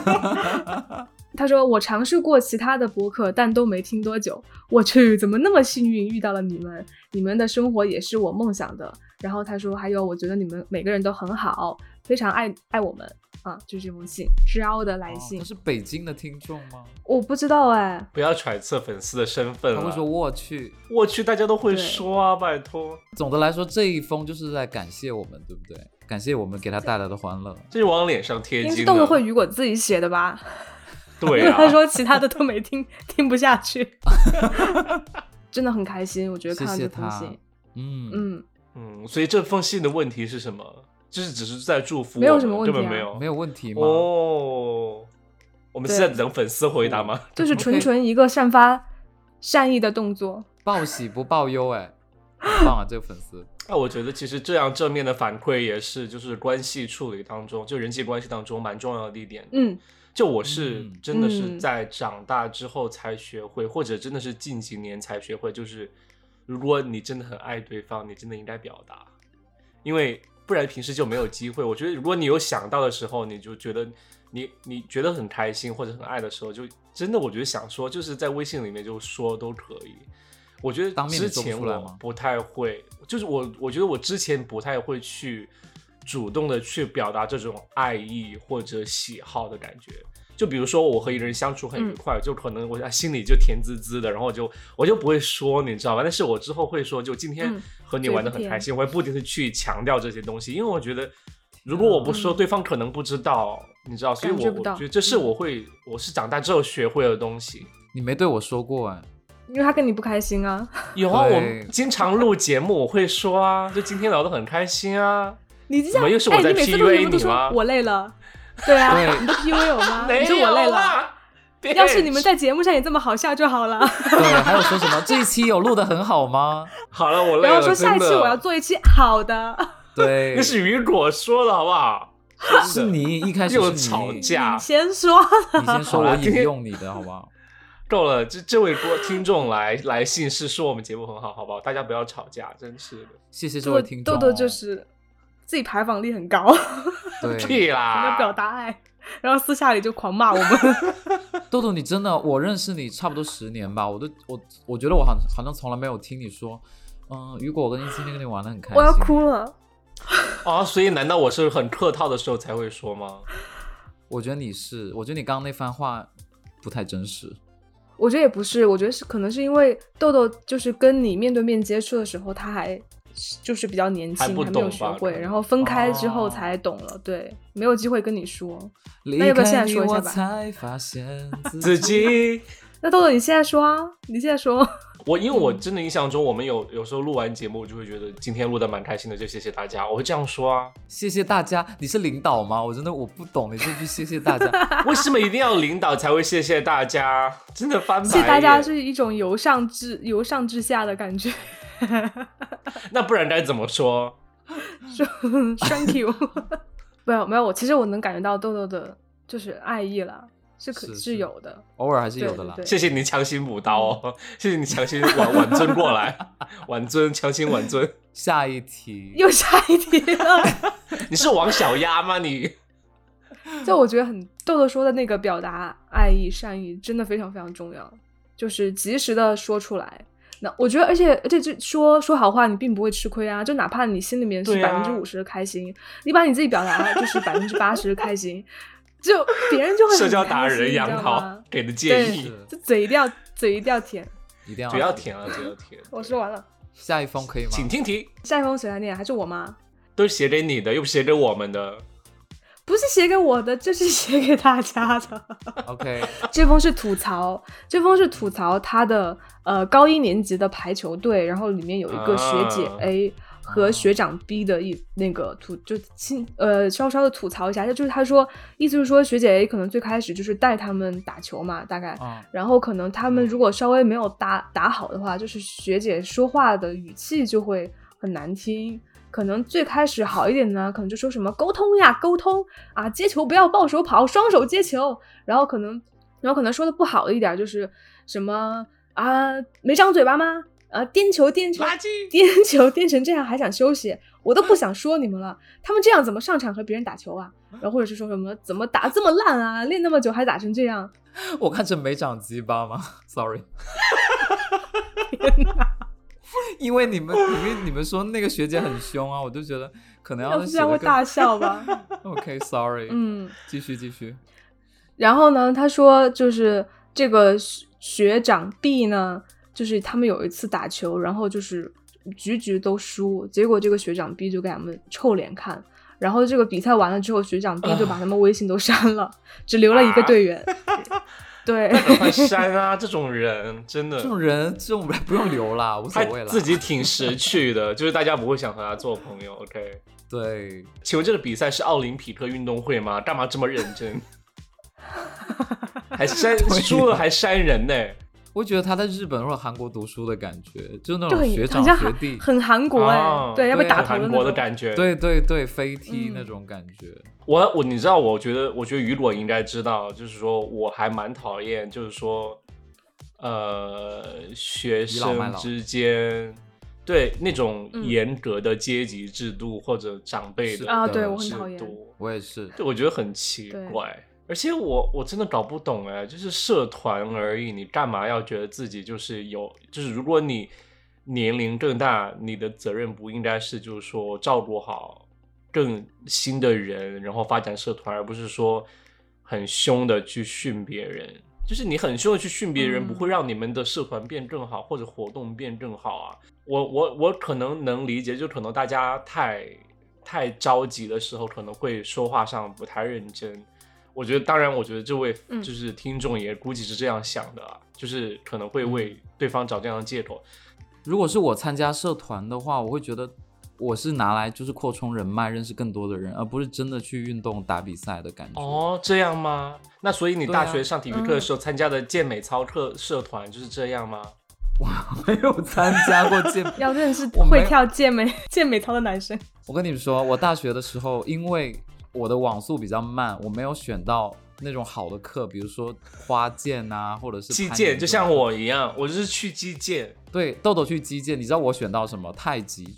Speaker 3: (laughs) 他说：“我尝试过其他的播客，但都没听多久。我去，怎么那么幸运遇到了你们？你们的生活也是我梦想的。”然后他说：“还有，我觉得你们每个人都很好，非常爱爱我们啊！”就是这封信，知凹的来信
Speaker 1: 他，是北京的听众吗？
Speaker 3: 我不知道哎，
Speaker 2: 不要揣测粉丝的身份
Speaker 1: 他会说
Speaker 2: 了。
Speaker 1: 我去。
Speaker 2: 我去，大家都会
Speaker 3: 对
Speaker 2: 说啊，拜托。
Speaker 1: 总的来说，这一封就是在感谢我们，对不对？感谢我们给他带来的欢乐。
Speaker 2: 这是往脸上贴
Speaker 3: 应该
Speaker 2: 金
Speaker 3: 是
Speaker 2: 的。
Speaker 3: 豆豆会雨果自己写的吧？因
Speaker 2: (laughs) 对
Speaker 3: 为
Speaker 2: 啊，
Speaker 3: (laughs) 他说其他的都没听，听不下
Speaker 2: (laughs)
Speaker 3: 去。真的很开心，我觉得
Speaker 1: 谢
Speaker 3: 看到
Speaker 1: 谢
Speaker 3: 这封
Speaker 1: 他
Speaker 3: 信，。
Speaker 1: 嗯，
Speaker 3: 嗯，
Speaker 2: 嗯，所以这封信的问题是什么？就是只是在祝福我们，
Speaker 3: 没有什么问题啊
Speaker 2: 根本没有，
Speaker 1: 没有问题吗？
Speaker 2: 哦。我们是在等粉丝回答吗？
Speaker 3: 就是
Speaker 1: 我可
Speaker 3: 纯
Speaker 1: 以
Speaker 3: 纯一个散发善意的动作。
Speaker 1: 报喜不报忧，哎，很棒啊，这个粉丝。
Speaker 2: (laughs) 那我觉得其实这样正面的反馈也是，就是关系处理当中，就人际关系当中蛮重要的一点。
Speaker 3: 嗯，
Speaker 2: 就我是
Speaker 1: 嗯
Speaker 2: 真的是
Speaker 3: 嗯
Speaker 2: 在长大之后才学会，或者真的是近几年才学会，就是如果你真的很爱对方，你真的应该表达，因为不然平时就没有机会。我觉得如果你有想到的时候，你就觉得你你觉得很开心或者很爱的时候，就真的我觉得想说，就是在微信里面就说都可以。我觉得
Speaker 1: 当面你
Speaker 2: 之
Speaker 1: 做不
Speaker 2: 前
Speaker 1: 出来
Speaker 2: 我
Speaker 1: 吗
Speaker 2: 不太会，就是我我觉得我之前不太会去主动的去表达这种爱意或者喜好的感觉。就比如说我和一个人相处很
Speaker 3: 嗯
Speaker 2: 愉快，就可能我心里就甜滋滋的，然后我就我就不会说，你知道吧？但是我之后会说，就今天
Speaker 3: 嗯
Speaker 2: 和你玩的很开心，我会不停的去强调这些东西，因为我觉得如果我不说，
Speaker 3: 嗯
Speaker 2: 对方可能不知道，你知道，所以
Speaker 3: 感
Speaker 2: 我
Speaker 3: 觉不
Speaker 2: 我
Speaker 3: 到
Speaker 2: 觉得这是
Speaker 3: 嗯
Speaker 2: 我会我是长大之后学会的东西。
Speaker 1: 你没对我说过哎，
Speaker 3: 因为他跟你不开心啊，
Speaker 2: 有啊，我
Speaker 1: 对
Speaker 2: 经常录节目，我会说啊，就今天聊得很开心啊。
Speaker 3: 你这
Speaker 2: 怎
Speaker 3: 样，
Speaker 2: 么又是我
Speaker 3: 哎，
Speaker 2: 在
Speaker 3: 你每次录
Speaker 2: PUA
Speaker 3: 节目都
Speaker 2: 你吗
Speaker 3: 说我累了，对啊，
Speaker 1: 对
Speaker 3: 你都 PUA
Speaker 2: (laughs)
Speaker 3: 我吗？
Speaker 2: 没
Speaker 3: 啊你说
Speaker 2: 有啊
Speaker 3: 我累了。
Speaker 2: 啦，别
Speaker 3: 要是你们在节目上也这么好笑就好了。
Speaker 1: 对，还有说什么这一期有录的很好吗？
Speaker 2: 好了，我累了，
Speaker 3: 然后说下一期
Speaker 2: 真的
Speaker 3: 我要做一期好的，
Speaker 1: 对，
Speaker 2: 那是雨果说的好不好？
Speaker 1: 是你一开始
Speaker 2: 又
Speaker 1: 是
Speaker 2: 吵
Speaker 1: 你
Speaker 2: 架
Speaker 3: 你，先说，
Speaker 1: 你先说，
Speaker 2: 好啦
Speaker 1: 我
Speaker 2: 今
Speaker 1: 引
Speaker 2: 天
Speaker 1: 用你的好不好？
Speaker 2: 够了，这这位播听众来来信是说我们节目很好，好不好？大家不要吵架，真是的。
Speaker 1: 谢谢这
Speaker 3: 豆
Speaker 1: 位听众
Speaker 3: 豆
Speaker 1: 哦、
Speaker 3: 豆就是自己排榜力很高，
Speaker 1: 对
Speaker 2: 屁啦！
Speaker 3: 要表达爱，然后私下里就狂骂我们。
Speaker 1: 豆豆，你真的，我认识你差不多十年吧，我都我我觉得我好像好像从来没有听你说，嗯，雨果，我跟你今天跟你玩的很开心，
Speaker 3: (laughs) 我要哭了，
Speaker 2: 啊，所以难道我是很客套的时候才会说
Speaker 3: (laughs)
Speaker 2: 吗？
Speaker 1: 我觉得你是，我觉得你刚刚那番话不太真实。
Speaker 3: 我觉得也不是，我觉得是可能是因为豆豆就是跟你面对面接触的时候，他还就是比较年轻，
Speaker 2: 还不
Speaker 3: 还没有
Speaker 2: 懂
Speaker 3: 学
Speaker 2: 吧可
Speaker 3: 会，
Speaker 2: 能
Speaker 3: 然后分开之后
Speaker 1: 哦
Speaker 3: 才懂了，对，没有机会跟你说。
Speaker 1: 离
Speaker 3: 要不要现
Speaker 1: 开
Speaker 3: 在
Speaker 1: 你，
Speaker 3: 说一下
Speaker 1: 我
Speaker 3: 吧
Speaker 1: 才发现
Speaker 2: (laughs) 子己，
Speaker 3: 那豆豆你现在说啊，你现在说，
Speaker 2: 我因为我真的印象中，我们有有时候录完节目，我就会觉得今天录的蛮开心的，就谢谢大家，我会这样说啊。
Speaker 1: 谢谢大家，你是领导吗？我真的我不懂你这句谢谢大
Speaker 3: (laughs)
Speaker 1: 家。
Speaker 2: (laughs) 为什么一定要领导才会谢谢大家？真的翻白
Speaker 3: 谢谢大家
Speaker 2: 眼
Speaker 3: 是一种由上至由上至下的感觉。
Speaker 2: 那不然该怎么说？
Speaker 3: 说 Thank you，没有没有，我其实我能感觉到豆豆的就是爱意了，是可
Speaker 1: 是是
Speaker 3: 是有的。
Speaker 1: 偶尔还是有的啦
Speaker 3: 对。对
Speaker 2: 谢谢你强行补刀哦， (laughs) 谢谢你强行挽挽尊过来， (laughs) 挽尊强行挽尊。
Speaker 1: 下一题，
Speaker 3: 又下一题了，
Speaker 2: 你是王小丫吗？
Speaker 3: (laughs)
Speaker 2: 你 (laughs)
Speaker 3: 就我觉得很豆豆说的那个表达爱意、善意，真的非常非常重要，就是及时的说出来。那我觉得，而且而且，这说说好话，你并不会吃亏啊。就哪怕你心里面是
Speaker 2: 对
Speaker 3: 百
Speaker 2: 啊
Speaker 3: 分之五十开心，你把你自己表达就是百分之八十开心，就别人就会很
Speaker 2: 社交
Speaker 3: 开
Speaker 2: 达
Speaker 3: 心
Speaker 2: 人
Speaker 3: 你知
Speaker 2: 杨
Speaker 3: 道
Speaker 2: 桃
Speaker 3: 吗
Speaker 2: 给的建议
Speaker 1: 是，
Speaker 3: 就嘴一定要嘴一定要甜。
Speaker 1: 一定要
Speaker 2: 不要舔了，不要舔。
Speaker 3: 我说完了。
Speaker 1: 下一封可以吗？
Speaker 2: 请听题，
Speaker 3: 下一封谁来念？还是我吗？
Speaker 2: 都是写给你的，又不是写给我们的。
Speaker 3: 不是写给我的，这是写给大家的。
Speaker 1: OK，
Speaker 3: 这封是吐槽，这封是吐槽他的呃高一年级的排球队，然后里面有一个学姐
Speaker 2: 啊
Speaker 3: A 和学长 B 的一那个吐，就轻呃稍稍的吐槽一下，就是他说意思是说学姐 A 可能最开始就是带他们打球嘛，大概，
Speaker 1: 啊、
Speaker 3: 然后可能他们如果稍微没有打打好的话，就是学姐说话的语气就会很难听。可能最开始好一点呢，可能就说什么沟通呀，沟通啊，接球不要抱手跑，双手接球。然后可能，然后可能说的不好的一点就是什么啊，没张嘴巴吗？啊，颠球颠球，
Speaker 2: 垃圾，
Speaker 3: 颠球颠成这样还想休息，我都不想说你们了。他们这样怎么上场和别人打球啊？然后或者是说什么怎么打这么烂啊，练那么久还打成这样，
Speaker 1: (laughs) 我看成没长鸡巴吗？Sorry。因为你们，因为你们说那个学姐很凶啊，我就觉得可能
Speaker 3: 要
Speaker 1: 要
Speaker 3: 不
Speaker 1: 写
Speaker 3: 这样会
Speaker 1: 的
Speaker 3: 大
Speaker 1: 更 (laughs)
Speaker 3: 笑吧？
Speaker 1: OK，Sorry，、
Speaker 3: 嗯，
Speaker 1: 继续继续，
Speaker 3: 然后呢，他说就是这个学学长 B 呢，就是他们有一次打球，然后就是局局都输，结果这个学长 B 就给他们臭脸看。然后这个比赛完了之后，学长
Speaker 1: 啊
Speaker 3: B 就把他们微信都删了，只留了一个
Speaker 1: (laughs)
Speaker 3: 队员。对，
Speaker 2: 赶快删啊！ (laughs) 这种人真的
Speaker 1: 这，种人，这种人不用留啦，无所
Speaker 2: 他
Speaker 1: 谓啦。
Speaker 2: 自己挺识趣的，就是大家不会想和他做朋友。OK，
Speaker 1: 对，
Speaker 2: 请问这个比赛是奥林匹克运动会吗？干嘛这么认
Speaker 1: (laughs)
Speaker 2: 真？还删输了还删人呢？
Speaker 1: 我觉得他在日本或者韩国读书的感觉，就是那
Speaker 3: (laughs) 就
Speaker 1: 种
Speaker 3: 很
Speaker 1: 学
Speaker 3: 很
Speaker 1: 长
Speaker 3: 像
Speaker 1: 学
Speaker 3: 韩
Speaker 1: 弟，
Speaker 3: 很韩国哎、
Speaker 2: 哦
Speaker 3: 对，要被
Speaker 1: 对啊
Speaker 3: 打头
Speaker 2: 韩
Speaker 3: 那
Speaker 2: 国的
Speaker 3: 种
Speaker 2: 感觉。
Speaker 1: 对对对，飞踢
Speaker 3: 嗯
Speaker 1: 那种感觉。
Speaker 2: 我我你知道，我觉得我觉得雨果应该知道，就是说我还蛮讨厌，就是说，呃，学
Speaker 1: 倚老卖
Speaker 2: 生
Speaker 1: 老
Speaker 2: 之间对那种
Speaker 3: 嗯
Speaker 2: 严格的阶级制度或者长辈
Speaker 1: 是
Speaker 2: 的
Speaker 1: 啊
Speaker 2: 那
Speaker 1: 对
Speaker 2: 种
Speaker 1: 我
Speaker 3: 很
Speaker 2: 制
Speaker 3: 讨厌
Speaker 2: 度
Speaker 1: 我也是，
Speaker 2: 对，我觉得很奇
Speaker 3: 对
Speaker 2: 怪。而且我我真的搞不懂哎，就是社团而已，你干嘛要觉得自己就是有？就是如果你年龄更大，你的责任不应该是就是说照顾好更新的人，然后发展社团，而不是说很凶的去训别人。就是你很凶的去训别人，
Speaker 3: 嗯
Speaker 2: 不会让你们的社团变更好，或者活动变更好啊。我我我可能能理解，就可能大家太太着急的时候，可能会说话上不太认真。我觉得，当然，我觉得这位
Speaker 3: 嗯
Speaker 2: 就是听众也估计是这样想的啊，就是可
Speaker 1: 嗯
Speaker 2: 能会为对方找这样的借口。
Speaker 1: 如果是我参加社团的话，我会觉得我是拿来就是扩充人脉，认识更多的人，而不是真的去运动打比赛的感觉。
Speaker 2: 哦，这样吗？那所以你
Speaker 1: 对啊
Speaker 2: 大学上体育课的时候参加的健美操课社团就是这样吗？
Speaker 1: (laughs) 没有参加
Speaker 2: (laughs)
Speaker 1: 过健
Speaker 3: 要认识
Speaker 1: 我没
Speaker 3: 会
Speaker 1: 有
Speaker 3: 跳健美健美操的男生。 (laughs)
Speaker 1: 我跟你们说，我大学的时候，因为我的网速比较慢，我没有选到那种好的课，比如说花剑啊，或者是
Speaker 2: 击
Speaker 1: 攀
Speaker 2: 剑
Speaker 1: 岩
Speaker 2: 就
Speaker 1: 这
Speaker 2: 像
Speaker 1: 种
Speaker 2: 我一样，我就是去击剑，
Speaker 1: 对豆豆去击剑，你知道我选到什么太极，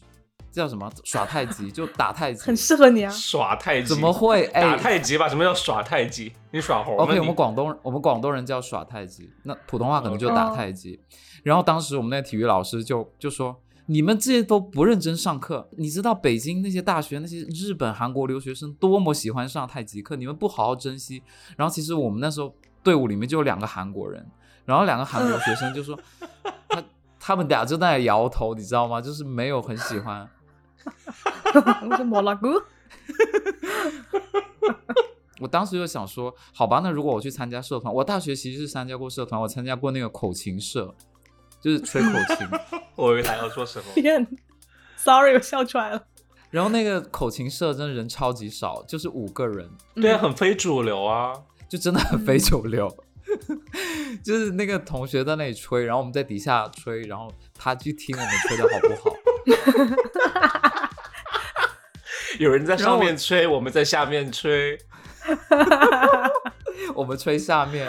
Speaker 1: 叫什么耍太极，就打太极，
Speaker 3: 很适合你啊。
Speaker 1: (laughs)
Speaker 2: 耍太极，
Speaker 1: 怎么会哎？
Speaker 2: 打太极吧？什么叫耍太极？你耍猴吗
Speaker 1: OK，
Speaker 2: 你
Speaker 1: 哦我们广东人我们广东人叫耍太极，那普通话可能就打太极。然后当时我们那体育老师就就说：“你们这些都不认真上课，你知道北京那些大学那些日本、韩国留学生多么喜欢上太极课，你们不好好珍惜。”然后其实我们那时候队伍里面就有两个韩国人，然后两个韩国学生就说 (laughs) 他他们俩就在那里摇头，你知道吗？就是没有很喜欢。
Speaker 3: 我是摩拉姑，。
Speaker 1: 我当时就想说，好吧，那如果我去参加社团，我大学其实是参加过社团，我参加过那个口琴社，就是吹口琴。
Speaker 2: 我以为他要
Speaker 1: (laughs)
Speaker 2: 说什么
Speaker 3: 天，sorry，我笑出来了。
Speaker 1: 然后那个口琴社真的人超级少，就是五个人，
Speaker 2: 对啊，
Speaker 3: 嗯
Speaker 2: 很非主流啊。
Speaker 1: 就真的很非主流。 (laughs) 就是那个同学在那里吹，然后我们在底下吹，然后他去听我们吹的好不好。
Speaker 2: (laughs) 有人在
Speaker 1: 然后
Speaker 2: 上
Speaker 1: 我
Speaker 2: 面吹，我们在下面吹。
Speaker 1: 我们吹下面，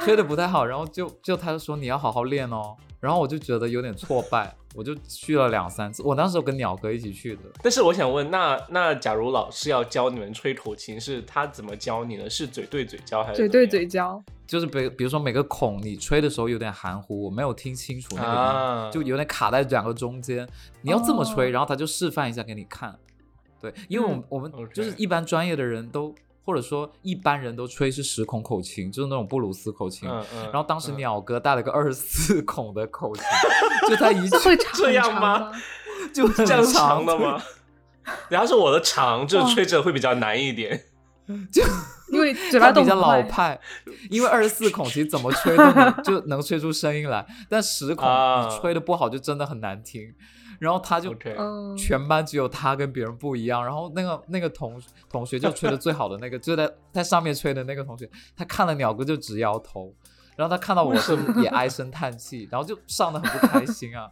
Speaker 1: 吹的不太好，然后就就他就说你要好好练哦，然后我就觉得有点挫败，我就去了两三次。我那时候跟鸟哥一起去的，
Speaker 2: 但是我想问，那那假如老师要教你们吹口琴，是他怎么教你呢？是嘴对嘴教还是
Speaker 3: 嘴
Speaker 2: 怎么
Speaker 3: 对
Speaker 2: 样
Speaker 3: 嘴交，
Speaker 1: 就是比比如说每个孔你吹的时候有点含糊，我没有听清楚那个音，
Speaker 2: 啊？
Speaker 1: 就有点卡在两个中间。你要这么吹，
Speaker 3: 哦
Speaker 1: 然后他就示范一下给你看。对，因为我们、我们
Speaker 2: OK
Speaker 1: 就是一般专业的人都，或者说一般人都吹是十孔口琴，就是那种布鲁斯口琴。
Speaker 2: 嗯嗯。
Speaker 1: 然后当时
Speaker 2: 嗯
Speaker 1: 鸟哥带了个二十四 (laughs) 孔的口琴，就他
Speaker 2: (laughs)
Speaker 1: 一
Speaker 3: 这
Speaker 1: 句
Speaker 3: (laughs) 会长
Speaker 2: 这样
Speaker 3: 很
Speaker 2: 吗
Speaker 3: 长吗？
Speaker 1: 就很
Speaker 2: 这样
Speaker 1: 长
Speaker 2: 长
Speaker 1: (laughs)
Speaker 2: 的？吗？然后是我的长，就
Speaker 3: 哇
Speaker 2: 吹着会比较难一点。
Speaker 3: 因为嘴
Speaker 1: 他
Speaker 3: 巴
Speaker 1: 比
Speaker 3: 动
Speaker 1: 较
Speaker 3: 不
Speaker 1: 老
Speaker 3: 快
Speaker 1: 派，因为二十四孔其实怎么吹都能就能吹出声音来，但十孔
Speaker 2: 啊
Speaker 1: 你吹的不好就真的很难听。然后他就
Speaker 2: OK，
Speaker 3: 嗯，
Speaker 1: 全班只有他跟别人不一样。然后那个那个同同学就吹的最好的那个，就在在上面吹的那个同学，他看了鸟哥就直摇头，然后他看到我是也唉声叹气，然后就上的很不开心啊。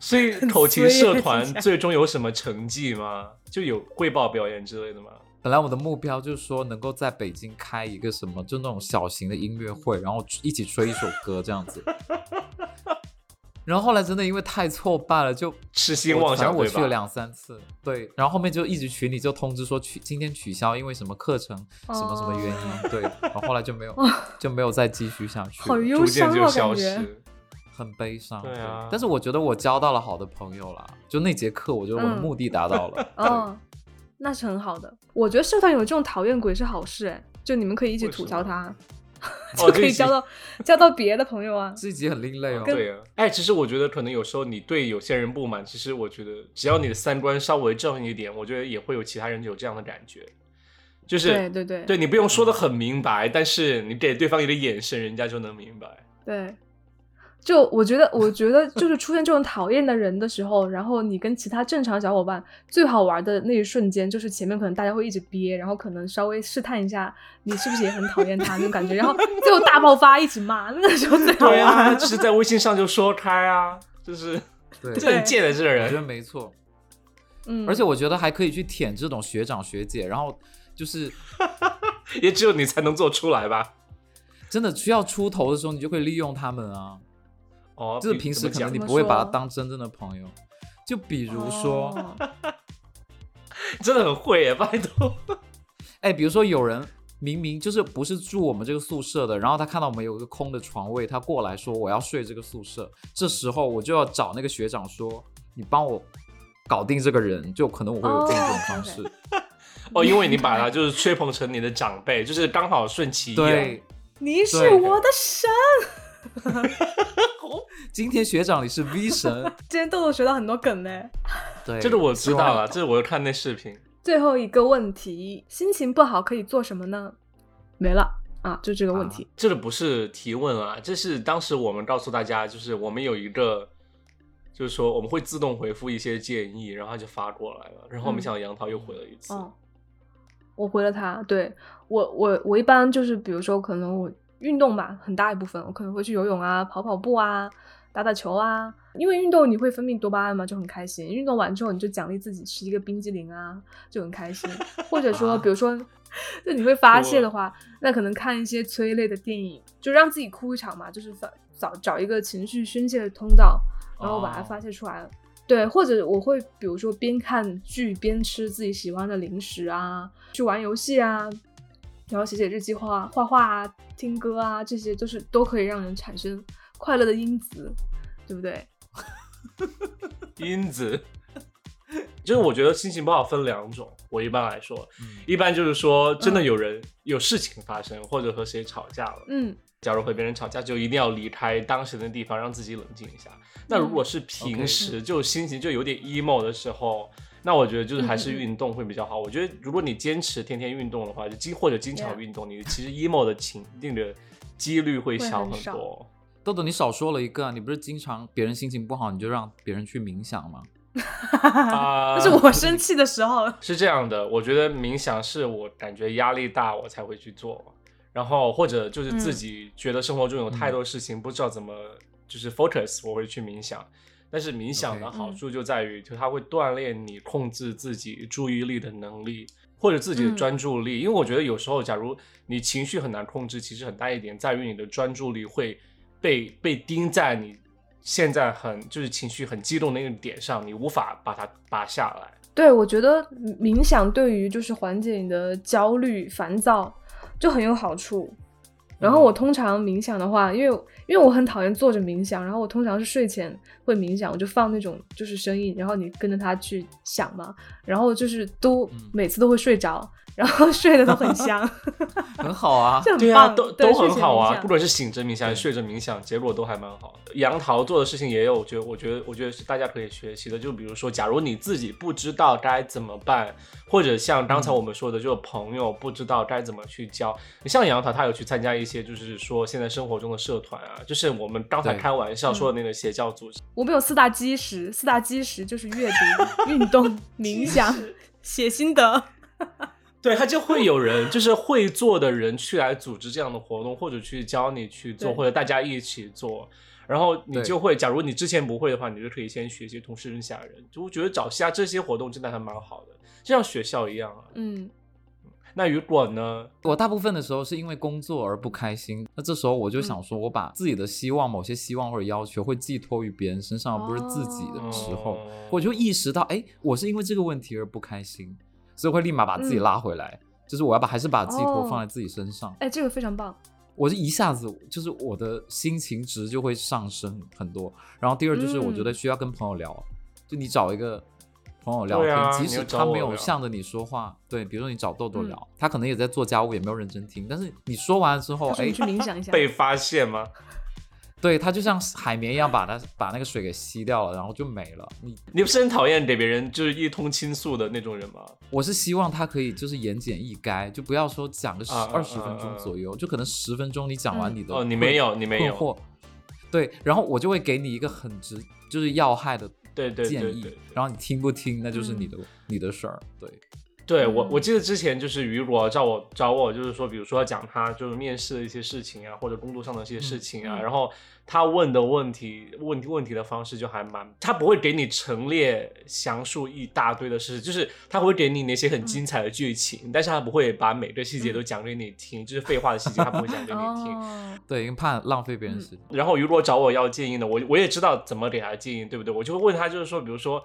Speaker 2: 所以口琴社团
Speaker 3: 很衰
Speaker 2: 最终有什么成绩吗？就有汇报表演之类的吗？
Speaker 1: 本来我的目标就是说能够在北京开一个什么，就那种小型的音乐会，然后一起吹一首歌这样 (laughs) 子。然后后来真的因为太挫败了，就
Speaker 2: 痴心
Speaker 1: 我
Speaker 2: 妄
Speaker 1: 反
Speaker 2: 想
Speaker 1: 正我
Speaker 2: 对
Speaker 1: 去了
Speaker 2: 吧？
Speaker 1: 两三次，对，然后后面就一直群里就通知说取今天取消，因为什么课程什么什么原因， (laughs) 对，然后后来就没有就没有再继续下去
Speaker 3: 好
Speaker 1: 了，
Speaker 3: 忧
Speaker 2: 逐渐
Speaker 3: 伤
Speaker 2: 就
Speaker 3: 哦，
Speaker 2: 消
Speaker 3: 感觉。
Speaker 2: 失。
Speaker 1: 很悲伤。
Speaker 2: 对啊
Speaker 1: 但是我觉得我交到了好的朋友啦，就那节课我觉得我的
Speaker 3: 嗯
Speaker 1: 目的达到 (laughs) 了。
Speaker 3: 哦，
Speaker 2: 嗯
Speaker 3: 那是很好的。我觉得社团有这种讨厌鬼是好事，哎，就你们可以一起
Speaker 2: 为什
Speaker 3: 吐
Speaker 2: 么
Speaker 3: 槽他， (laughs)
Speaker 2: 哦
Speaker 3: 就可以交。到交到别的朋友啊。
Speaker 1: 这一集很另类哦，
Speaker 2: 这一集对啊，哎，其实我觉得可能有时候你对有些人不满，其实我觉得只要你的三观稍微正一点，我觉得也会有其他人有这样的感觉，就是
Speaker 3: 对对对
Speaker 2: 对你不用说的很明白，但是你给对方一个眼神，人家就能明白。
Speaker 3: 对，就我觉得，我觉得就是出现这种讨厌的人的时候，然后你跟其他正常小伙伴最好玩的那一瞬间，就是前面可能大家会一直憋，然后可能稍微试探一下你是不是也很讨厌他那种感觉，然后最后大爆发一起骂，那个时候最好
Speaker 2: 对啊，
Speaker 3: 玩。
Speaker 2: 就是在微信上就说开啊，就是
Speaker 1: 对，
Speaker 2: 这很贱的这个
Speaker 1: 我觉得
Speaker 2: 人。
Speaker 1: 没错。
Speaker 3: 嗯，
Speaker 1: 而且我觉得还可以去舔这种学长学姐，然后就是
Speaker 2: 也只有你才能做出来吧？
Speaker 1: 真的需要出头的时候，你就可以利用他们啊。
Speaker 2: 哦，
Speaker 1: 就是
Speaker 2: 比
Speaker 1: 平时
Speaker 2: 怎么
Speaker 1: 可能
Speaker 2: 讲
Speaker 1: 你
Speaker 3: 怎么
Speaker 1: 不会把
Speaker 3: 说
Speaker 1: 他当真正的朋友。就比如说，
Speaker 3: 哦
Speaker 2: 真的很会耶，拜托。
Speaker 1: 哎、比如说有人明明就是不是住我们这个宿舍的，然后他看到我们有一个空的床位，他过来说我要睡这个宿舍，这时候我就要找那个学长说，你帮我搞定这个人，就可能我会有这种
Speaker 3: (laughs) 哦
Speaker 1: 方
Speaker 3: OK，OK
Speaker 1: 式。
Speaker 2: 哦，因为你把他就是吹捧成你的长辈，就是刚好顺其意。啊
Speaker 1: 对，，
Speaker 3: 你是
Speaker 1: 对
Speaker 3: 我的神。
Speaker 1: 今天学长你是 V 神， (laughs)
Speaker 3: 今天豆豆学到很多梗嘞。
Speaker 1: 对，
Speaker 2: 这个我
Speaker 1: 希
Speaker 2: 知道
Speaker 1: 望
Speaker 2: 了，这个我有看那视频。
Speaker 3: 最后一个问题，心情不好可以做什么呢？没了啊，就这个问题。
Speaker 2: 这个不是提问啊，这是当时我们告诉大家，就是我们有一个，就是说我们会自动回复一些建议，然后他就发过来了，然后没想到杨桃又回了一次。
Speaker 3: 哦，我回了他，对我我我一般就是，比如说可能我运动吧，很大一部分，我可能会去游泳啊、跑跑步啊、打打球啊，因为运动你会分泌多巴胺嘛，就很开心。运动完之后你就奖励自己吃一个冰激凌啊，就很开心。或者说，比如说，就你会发泄的话，那可能看一些催泪的电影，就让自己哭一场嘛，就是发找找一个情绪宣泄的通道，然后把它发泄出来了。对，或者我会比如说边看剧边吃自己喜欢的零食啊，去玩游戏啊，然后写写日记画、画画啊、听歌啊，这些就是都可以让人产生快乐的因子，对不对？
Speaker 2: 因子。 (laughs) 就是我觉得心情不好分两种，我一般来说，一般就是说真的有人有事情发生，或者和谁吵架了，
Speaker 3: 嗯，
Speaker 2: 假如和别人吵架，就一定要离开当时的地方，让自己冷静一下。那如
Speaker 3: 嗯
Speaker 2: 果是平时就心情就有点 emo 的时候，那我觉得就是还
Speaker 3: 嗯
Speaker 2: 是运动会比较好。我觉得如果你坚持天天运动的话，就经或者经常
Speaker 3: Yeah
Speaker 2: 运动，你其实 emo 的情那个几率会
Speaker 3: 会
Speaker 2: 小
Speaker 3: 很
Speaker 2: 很
Speaker 3: 少 (laughs)
Speaker 2: 多。
Speaker 1: 豆豆，你少说了一个啊，你不是经常别人心情不好，你就让别人去冥想
Speaker 3: (laughs)
Speaker 1: 吗？
Speaker 2: 啊、
Speaker 3: 那是我生气的时候。 (laughs)
Speaker 2: 是这样的，我觉得冥想是我感觉压力大我才会去做，然后或者就是自己觉得生活中有太多事情不知道怎么就是 focus，我会去冥想。但是冥想的
Speaker 1: OK
Speaker 2: 好处就在于，就它会锻炼你控制自己注意力的能力，或者自己的
Speaker 3: 嗯
Speaker 2: 专注力。因为我觉得有时候，假如你情绪很难控制，其实很大一点在于你的专注力会被被盯在你现在很就是情绪很激动的那个点上，你无法把它拔下来。
Speaker 3: 对，我觉得冥想对于就是缓解你的焦虑、烦躁就很有好处。然
Speaker 2: 嗯
Speaker 3: 后我通常冥想的话，因为因为我很讨厌坐着冥想，然后我通常是睡前会冥想，我就放那种就是声音，然后你跟着它去想嘛，然后就是都
Speaker 1: 嗯
Speaker 3: 每次都会睡着，然后 (laughs) 睡得都
Speaker 2: (laughs)
Speaker 3: 很香，，
Speaker 1: 很好啊
Speaker 3: 就很
Speaker 2: 对啊，
Speaker 3: 棒，
Speaker 2: 都
Speaker 3: 对
Speaker 2: 都
Speaker 3: 睡
Speaker 2: 很
Speaker 3: 前
Speaker 2: 好
Speaker 3: 冥
Speaker 2: 啊，
Speaker 3: 想
Speaker 2: 不管是醒着冥想还是睡着冥想，结果都还蛮好的。杨桃做的事情也有，我觉得，我觉得，我觉得是大家可以学习的。就比如说，假如你自己不知道该怎么办，或者像刚才我们说的，就朋友不知道该怎么去交。你像杨桃，他有去参加一些，就是说现在生活中的社团啊，就是我们刚才
Speaker 1: 对
Speaker 2: 开玩
Speaker 3: 嗯
Speaker 2: 笑说的那个邪教组织。
Speaker 3: 我们有四大基石，四大基石就是阅读、运
Speaker 2: (laughs)
Speaker 3: 动、冥想、写心得。
Speaker 2: 对他就会有人，就是会做的人去来组织这样的活动，或者去教你去做，
Speaker 3: 对
Speaker 2: 或者大家一起做。然后你
Speaker 1: 对
Speaker 2: 就会，假如你之前不会的话，你就可以先学习，同时认识下人。就我觉得找下这些活动真的还蛮好的，就像学校一样啊。
Speaker 3: 嗯，
Speaker 2: 那雨果呢？
Speaker 1: 我大部分的时候是因为工作而不开心，那这时候我就
Speaker 3: 嗯
Speaker 1: 想说，我把自己的希望、某些希望或者要求会寄托于别人身上，而不是自己的时候，
Speaker 3: 哦
Speaker 2: 嗯
Speaker 1: 我就意识到，哎，我是因为这个问题而不开心，所以会立马把自己
Speaker 3: 嗯
Speaker 1: 拉回来，就是我要把还是把寄托
Speaker 3: 哦
Speaker 1: 放在自己身上。
Speaker 3: 哎，这个非常棒。
Speaker 1: 我是一下子就是我的心情值就会上升很多。然后第二就是我
Speaker 2: 嗯
Speaker 1: 觉得需要跟朋友聊，就你找一个朋友聊
Speaker 2: 对
Speaker 1: 天，
Speaker 2: 啊
Speaker 1: 即
Speaker 2: 你
Speaker 1: 使
Speaker 2: 要找
Speaker 1: 他
Speaker 2: 我
Speaker 1: 没有
Speaker 2: 聊嗯
Speaker 1: 向着你说话，对，比如说你找豆豆聊，他可能也在做家务，也没有认真听，但是你说完之后，
Speaker 3: 到时候
Speaker 1: 哎
Speaker 3: 你去，冥想一
Speaker 2: 哦
Speaker 3: 下。
Speaker 2: 被发现吗？
Speaker 1: 对，他就像海绵一样把它把那个水给吸掉了，然后就没了。你
Speaker 2: 你不是很讨厌给别人就是一通倾诉的那种人吗？
Speaker 1: 我是希望他可以就是言简意赅，就不要说讲个十
Speaker 2: 啊啊
Speaker 1: 二十
Speaker 2: 啊
Speaker 1: 分钟
Speaker 2: 啊
Speaker 1: 左右，就可能十分钟你讲完
Speaker 3: 嗯
Speaker 1: 你的
Speaker 2: 哦，你
Speaker 1: 困
Speaker 2: 没有，你没
Speaker 1: 困
Speaker 2: 有，
Speaker 1: 惑。对，然后我就会给你一个很直，就是要害的
Speaker 2: 对对对
Speaker 1: 建
Speaker 2: 对
Speaker 1: 议，
Speaker 2: 对。
Speaker 1: 然后你听不听，那就是你的、你的事儿。对，
Speaker 2: 对我，
Speaker 3: 嗯
Speaker 2: 我记得之前就是雨果找我找我，就是说，比如说要讲他就是面试的一些事情啊，或者工作上的一些事情啊，
Speaker 3: 嗯嗯
Speaker 2: 然后他问的问题问问题的方式就还蛮，他不会给你陈列详述一大堆的事，就是他会给你那些
Speaker 3: 嗯
Speaker 2: 很精彩的剧情，但是他不会把每个细节都讲给你听，就是废话的细节他不会讲给你听。
Speaker 3: 哦，
Speaker 1: 对，因为怕浪费别
Speaker 3: 嗯
Speaker 1: 人时间。
Speaker 2: 然后如果找我要建议呢，我我也知道怎么给他建议，对不对？我就会问他，就是说，比如说，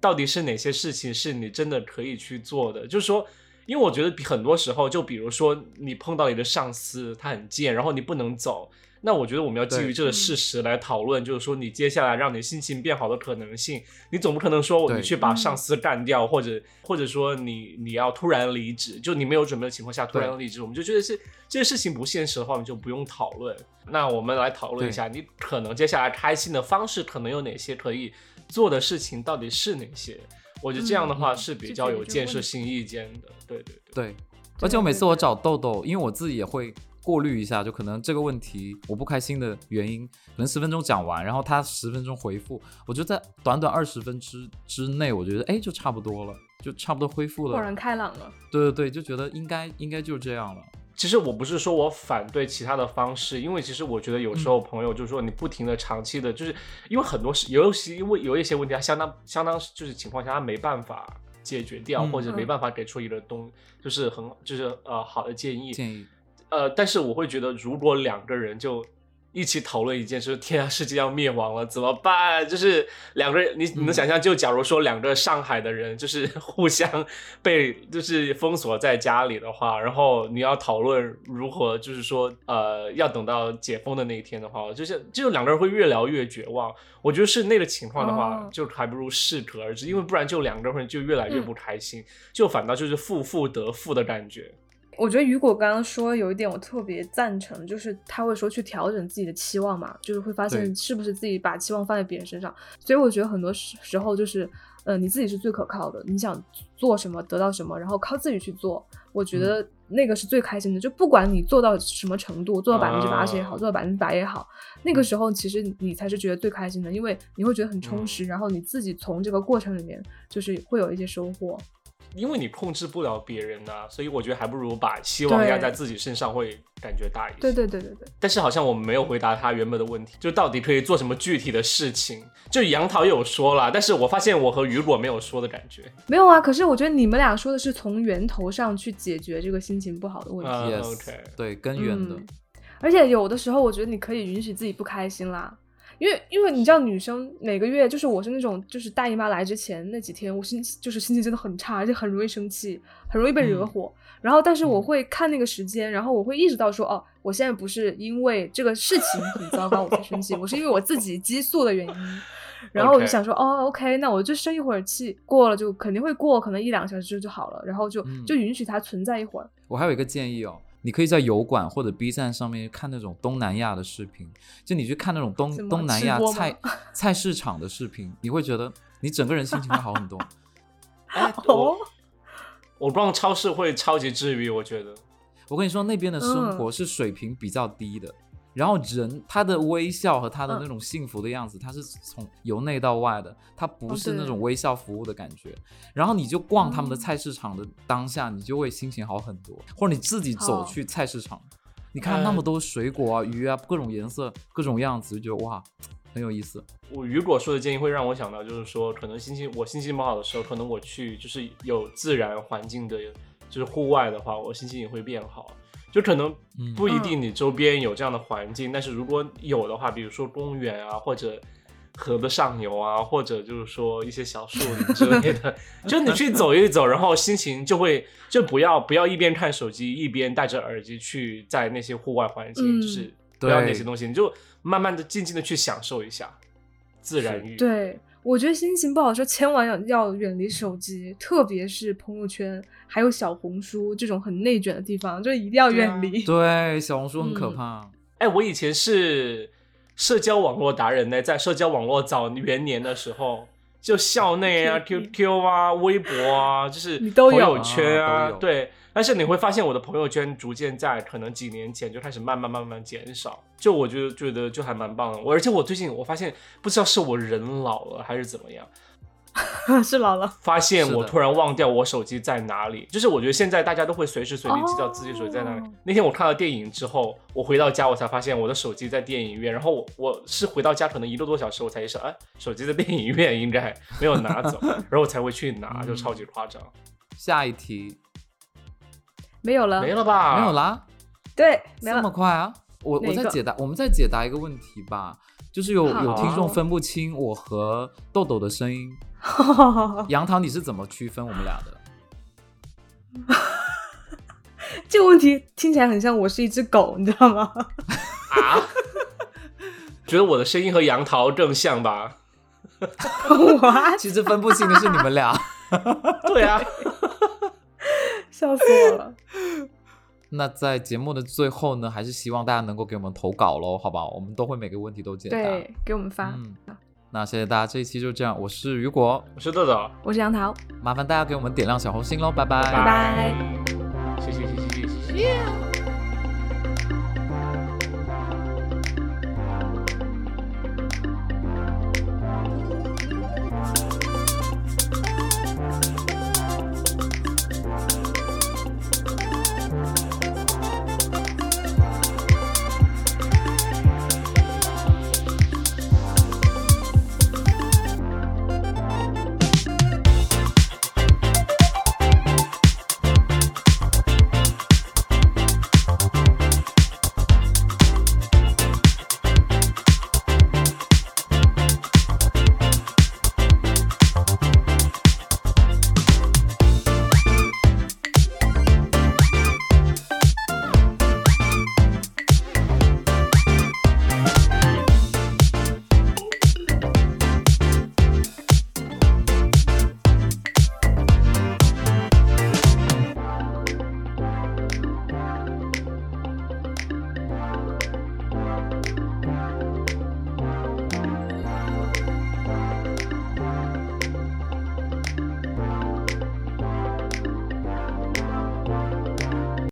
Speaker 2: 到底是哪些事情是你真的可以去做的？就是说，因为我觉得比很多时候，就比如说你碰到你的上司，他很贱，然后你不能走，那我觉得我们要基
Speaker 1: 对
Speaker 2: 于这个事实来讨论，就是说你接下来让你心情变好的可能性。你总不可能说
Speaker 1: 对
Speaker 2: 你去把
Speaker 3: 嗯
Speaker 2: 上司干掉，或者或者说你你要突然离职，就你没有准备的情况下突然离职，我们就觉得是这些事情不现实的话，我们就不用讨论。那我们来讨论一下，你可能接下来开心的方式可能有哪些，可以做的事情到底是哪些？我觉得这样的话
Speaker 1: 嗯
Speaker 2: 是比
Speaker 3: 就
Speaker 2: 较
Speaker 3: 解决
Speaker 2: 有
Speaker 3: 这个
Speaker 2: 建
Speaker 3: 问
Speaker 2: 设
Speaker 3: 题
Speaker 2: 性意见的。对对对，
Speaker 1: 对，而且我每次
Speaker 3: 对
Speaker 1: 我找豆豆，因为我自己也会过滤一下，就可能这个问题我不开心的原因，可能十分钟讲完，然后他十分钟回复，我就在短短二十分之之内，我觉得哎就差不多了，就差不多恢复
Speaker 3: 豁
Speaker 1: 了。
Speaker 3: 然开朗了。
Speaker 1: 对对对，就觉得应该应该就这样了。
Speaker 2: 其实我不是说我反对其他的方式，因为其实我觉得有时候朋友就是说你不停的长期的，就是因为很多事，有些因为有一些问题，它相当相当就是情况下他没办法解决掉，
Speaker 1: 嗯
Speaker 2: 或者没
Speaker 3: 嗯
Speaker 2: 办法给出一个东，就是很就是呃好的建议。
Speaker 1: 建议
Speaker 2: 呃，但是我会觉得，如果两个人就一起讨论一件事，天啊，世界要灭亡了，怎么办？就是两个人，你你能想象，就假如说两个上海的人，就是 (laughs) 互相被就是封锁在家里的话，然后你要讨论如何，就是说，呃，要等到解封的那一天的话，就是就两个人会越聊越绝望。我觉得是那个情况的话，
Speaker 3: 哦
Speaker 2: 就还不如适可而止，因为不然就两个人就越来越不开心，就反倒就是负负得负的感觉。
Speaker 3: 我觉得雨果刚刚说有一点我特别赞成，就是他会说去调整自己的期望嘛，就是会发
Speaker 1: 对
Speaker 3: 现是不是自己把期望放在别人身上。所以我觉得很多时时候就是，呃，你自己是最可靠的，你想做什么得到什么，然后靠自己去做，
Speaker 1: 嗯
Speaker 3: 我觉得那个是最开心的。就不管你做到什么程度，做到百分之八十也好，
Speaker 2: 啊
Speaker 3: 做到百分之百也好，
Speaker 1: 嗯
Speaker 3: 那个时候其实你才是觉得最开心的，因为你会觉得很
Speaker 1: 嗯
Speaker 3: 充实，然后你自己从这个过程里面就是会有一些收获。
Speaker 2: 因为你控制不了别人呐、所以我觉得还不如把希望压在自己身上，会感觉大一些。
Speaker 3: 对。对对对对，
Speaker 2: 但是好像我们没有回答他原本的问题，就到底可以做什么具体的事情？就杨桃有说了，但是我发现我和雨果没有说的感
Speaker 3: (laughs)
Speaker 2: 觉。
Speaker 3: 没有啊，可是我觉得你们俩说的是从源头上去解决这个心情不好的问题，
Speaker 2: 啊
Speaker 1: yes，、
Speaker 2: OK
Speaker 1: 对根源的，
Speaker 3: 嗯而且有的时候我觉得你可以允许自己不开心啦。因为，因为你知道，女生每个月就是我是那种，就是大姨妈来之前那几天，我心就是心情真的很差，而且很容易生气，很容易被惹火。然后，但是我会看那个时间，然后我会意识到说，哦，我现在不是因为这个事情很糟糕我才生气，我是因为我自己激素的原因。然后我就
Speaker 2: OK
Speaker 3: 想说哦，OK，那我就生一会儿气，过了就肯定会过，可能一两个小时就就好了，然后就、
Speaker 1: 嗯
Speaker 3: 就允许它存在一会儿。
Speaker 1: 我还有一个建议哦，你可以在油管或者 B 站上面看那种东南亚的视频，就你去看那种东
Speaker 3: 怎么
Speaker 1: 东南亚
Speaker 3: 吃播吗 (laughs)
Speaker 1: 菜菜市场的视频，你会觉得你整个人心情会好很多。
Speaker 2: 哎，我我逛超市会超级治愈，我觉得。
Speaker 1: 我跟你说，那边的
Speaker 3: 嗯
Speaker 1: 生活是水平比较低的，然后人他的微笑和他
Speaker 3: 嗯
Speaker 1: 的那种幸福的样子，他是从由内到外的，他不是
Speaker 3: 哦对
Speaker 1: 那种微笑服务的感觉。然后你就逛他们的
Speaker 3: 嗯
Speaker 1: 菜市场的当下，你就会心情好很多，或者你自己走
Speaker 3: 好嗯
Speaker 1: 去菜市场，你看那么多水果啊、鱼啊，各种颜色、各种样子，就觉得哇，很有意思。
Speaker 2: 我雨果说的建议会让我想到，就是说，可能心情我心情不好的时候，可能我去就是有自然环境的，就是户外的话，我心情也会变好。就可能
Speaker 1: 嗯
Speaker 2: 不一定你周边有这样的环境，但是如果有的话，比如说公园啊，或者河的上游啊，或者就是说一些小树林之类的，就你去走一走，然后心情就会就不要不要一边看手机一边戴着耳机去在那些户外环境，
Speaker 3: 嗯
Speaker 2: 就是不要那
Speaker 1: 对
Speaker 2: 些东西，你就慢慢的静静的去享受一下自然浴。，
Speaker 3: 对，我觉得心情不好的时候，千万要要远离手机，特别是朋友圈还有小红书这种很内卷的地方，就一定要
Speaker 2: 对啊
Speaker 3: 远离。
Speaker 1: 对，小红书很可
Speaker 3: 嗯
Speaker 1: 怕。
Speaker 2: 哎，我以前是社交网络达人呢，在社交网络早元年的时候，就校内啊、
Speaker 3: 天天
Speaker 2: QQ 啊、微博啊，就是
Speaker 3: 你都
Speaker 2: 朋
Speaker 3: 有
Speaker 2: 友圈
Speaker 1: 啊
Speaker 2: 啊
Speaker 1: 都有，
Speaker 2: 对。但是你会发现，我的朋友圈逐渐在可能几年前就开始慢慢慢慢减少。就我就觉得就还蛮棒的，我而且我最近我发现，不知道是我人老了还是怎么样，
Speaker 3: (laughs) 是姥姥，
Speaker 2: 发现
Speaker 1: 是的
Speaker 2: 我突然忘掉我手机在哪里。就是我觉得现在大家都会随时随地知道自己手机在哪里。
Speaker 3: 哦
Speaker 2: 那天我看了电影之后，我回到家我才发现我的手机在电影院，然后我我是回到家可能一个多小时我才意识到，哎，手机在电影院应该没有拿走，然后我才会去
Speaker 1: (laughs)
Speaker 2: 拿，
Speaker 1: 嗯
Speaker 2: 就超级夸张。
Speaker 1: 下一题
Speaker 3: 没有了，
Speaker 2: 没了吧？
Speaker 1: 嗯没有。啦。
Speaker 3: 对，没
Speaker 1: 这么
Speaker 3: 了。
Speaker 1: 快啊！我
Speaker 3: 哪
Speaker 1: 我在
Speaker 3: 个
Speaker 1: 解答，我们在解答一个问题吧，就是有有听
Speaker 2: 好
Speaker 1: 众分不清我和豆豆的声音。杨桃，你是怎么区分我们俩的？
Speaker 3: (laughs) 这个问题听起来很像我是一只狗，你知道吗？ (laughs)
Speaker 2: 啊？觉得我的声音和杨桃更像吧？
Speaker 3: 哇，
Speaker 1: 其实分不清的是你们俩。
Speaker 2: 对
Speaker 1: (laughs)
Speaker 2: 啊，
Speaker 3: (laughs) 笑死我了。
Speaker 1: 那在节目的最后呢，还是希望大家能够给我们投稿喽，好不好？我们都会每个问题都解答。
Speaker 3: 对，给我们发。
Speaker 1: 啊嗯，那谢谢大家，这一期就这样。我是雨果，
Speaker 2: 我是豆豆，
Speaker 3: 我是杨桃，
Speaker 1: 麻烦大家给我们点亮小红心喽，拜
Speaker 2: 拜
Speaker 3: 拜拜。
Speaker 2: 谢谢谢谢谢谢。谢谢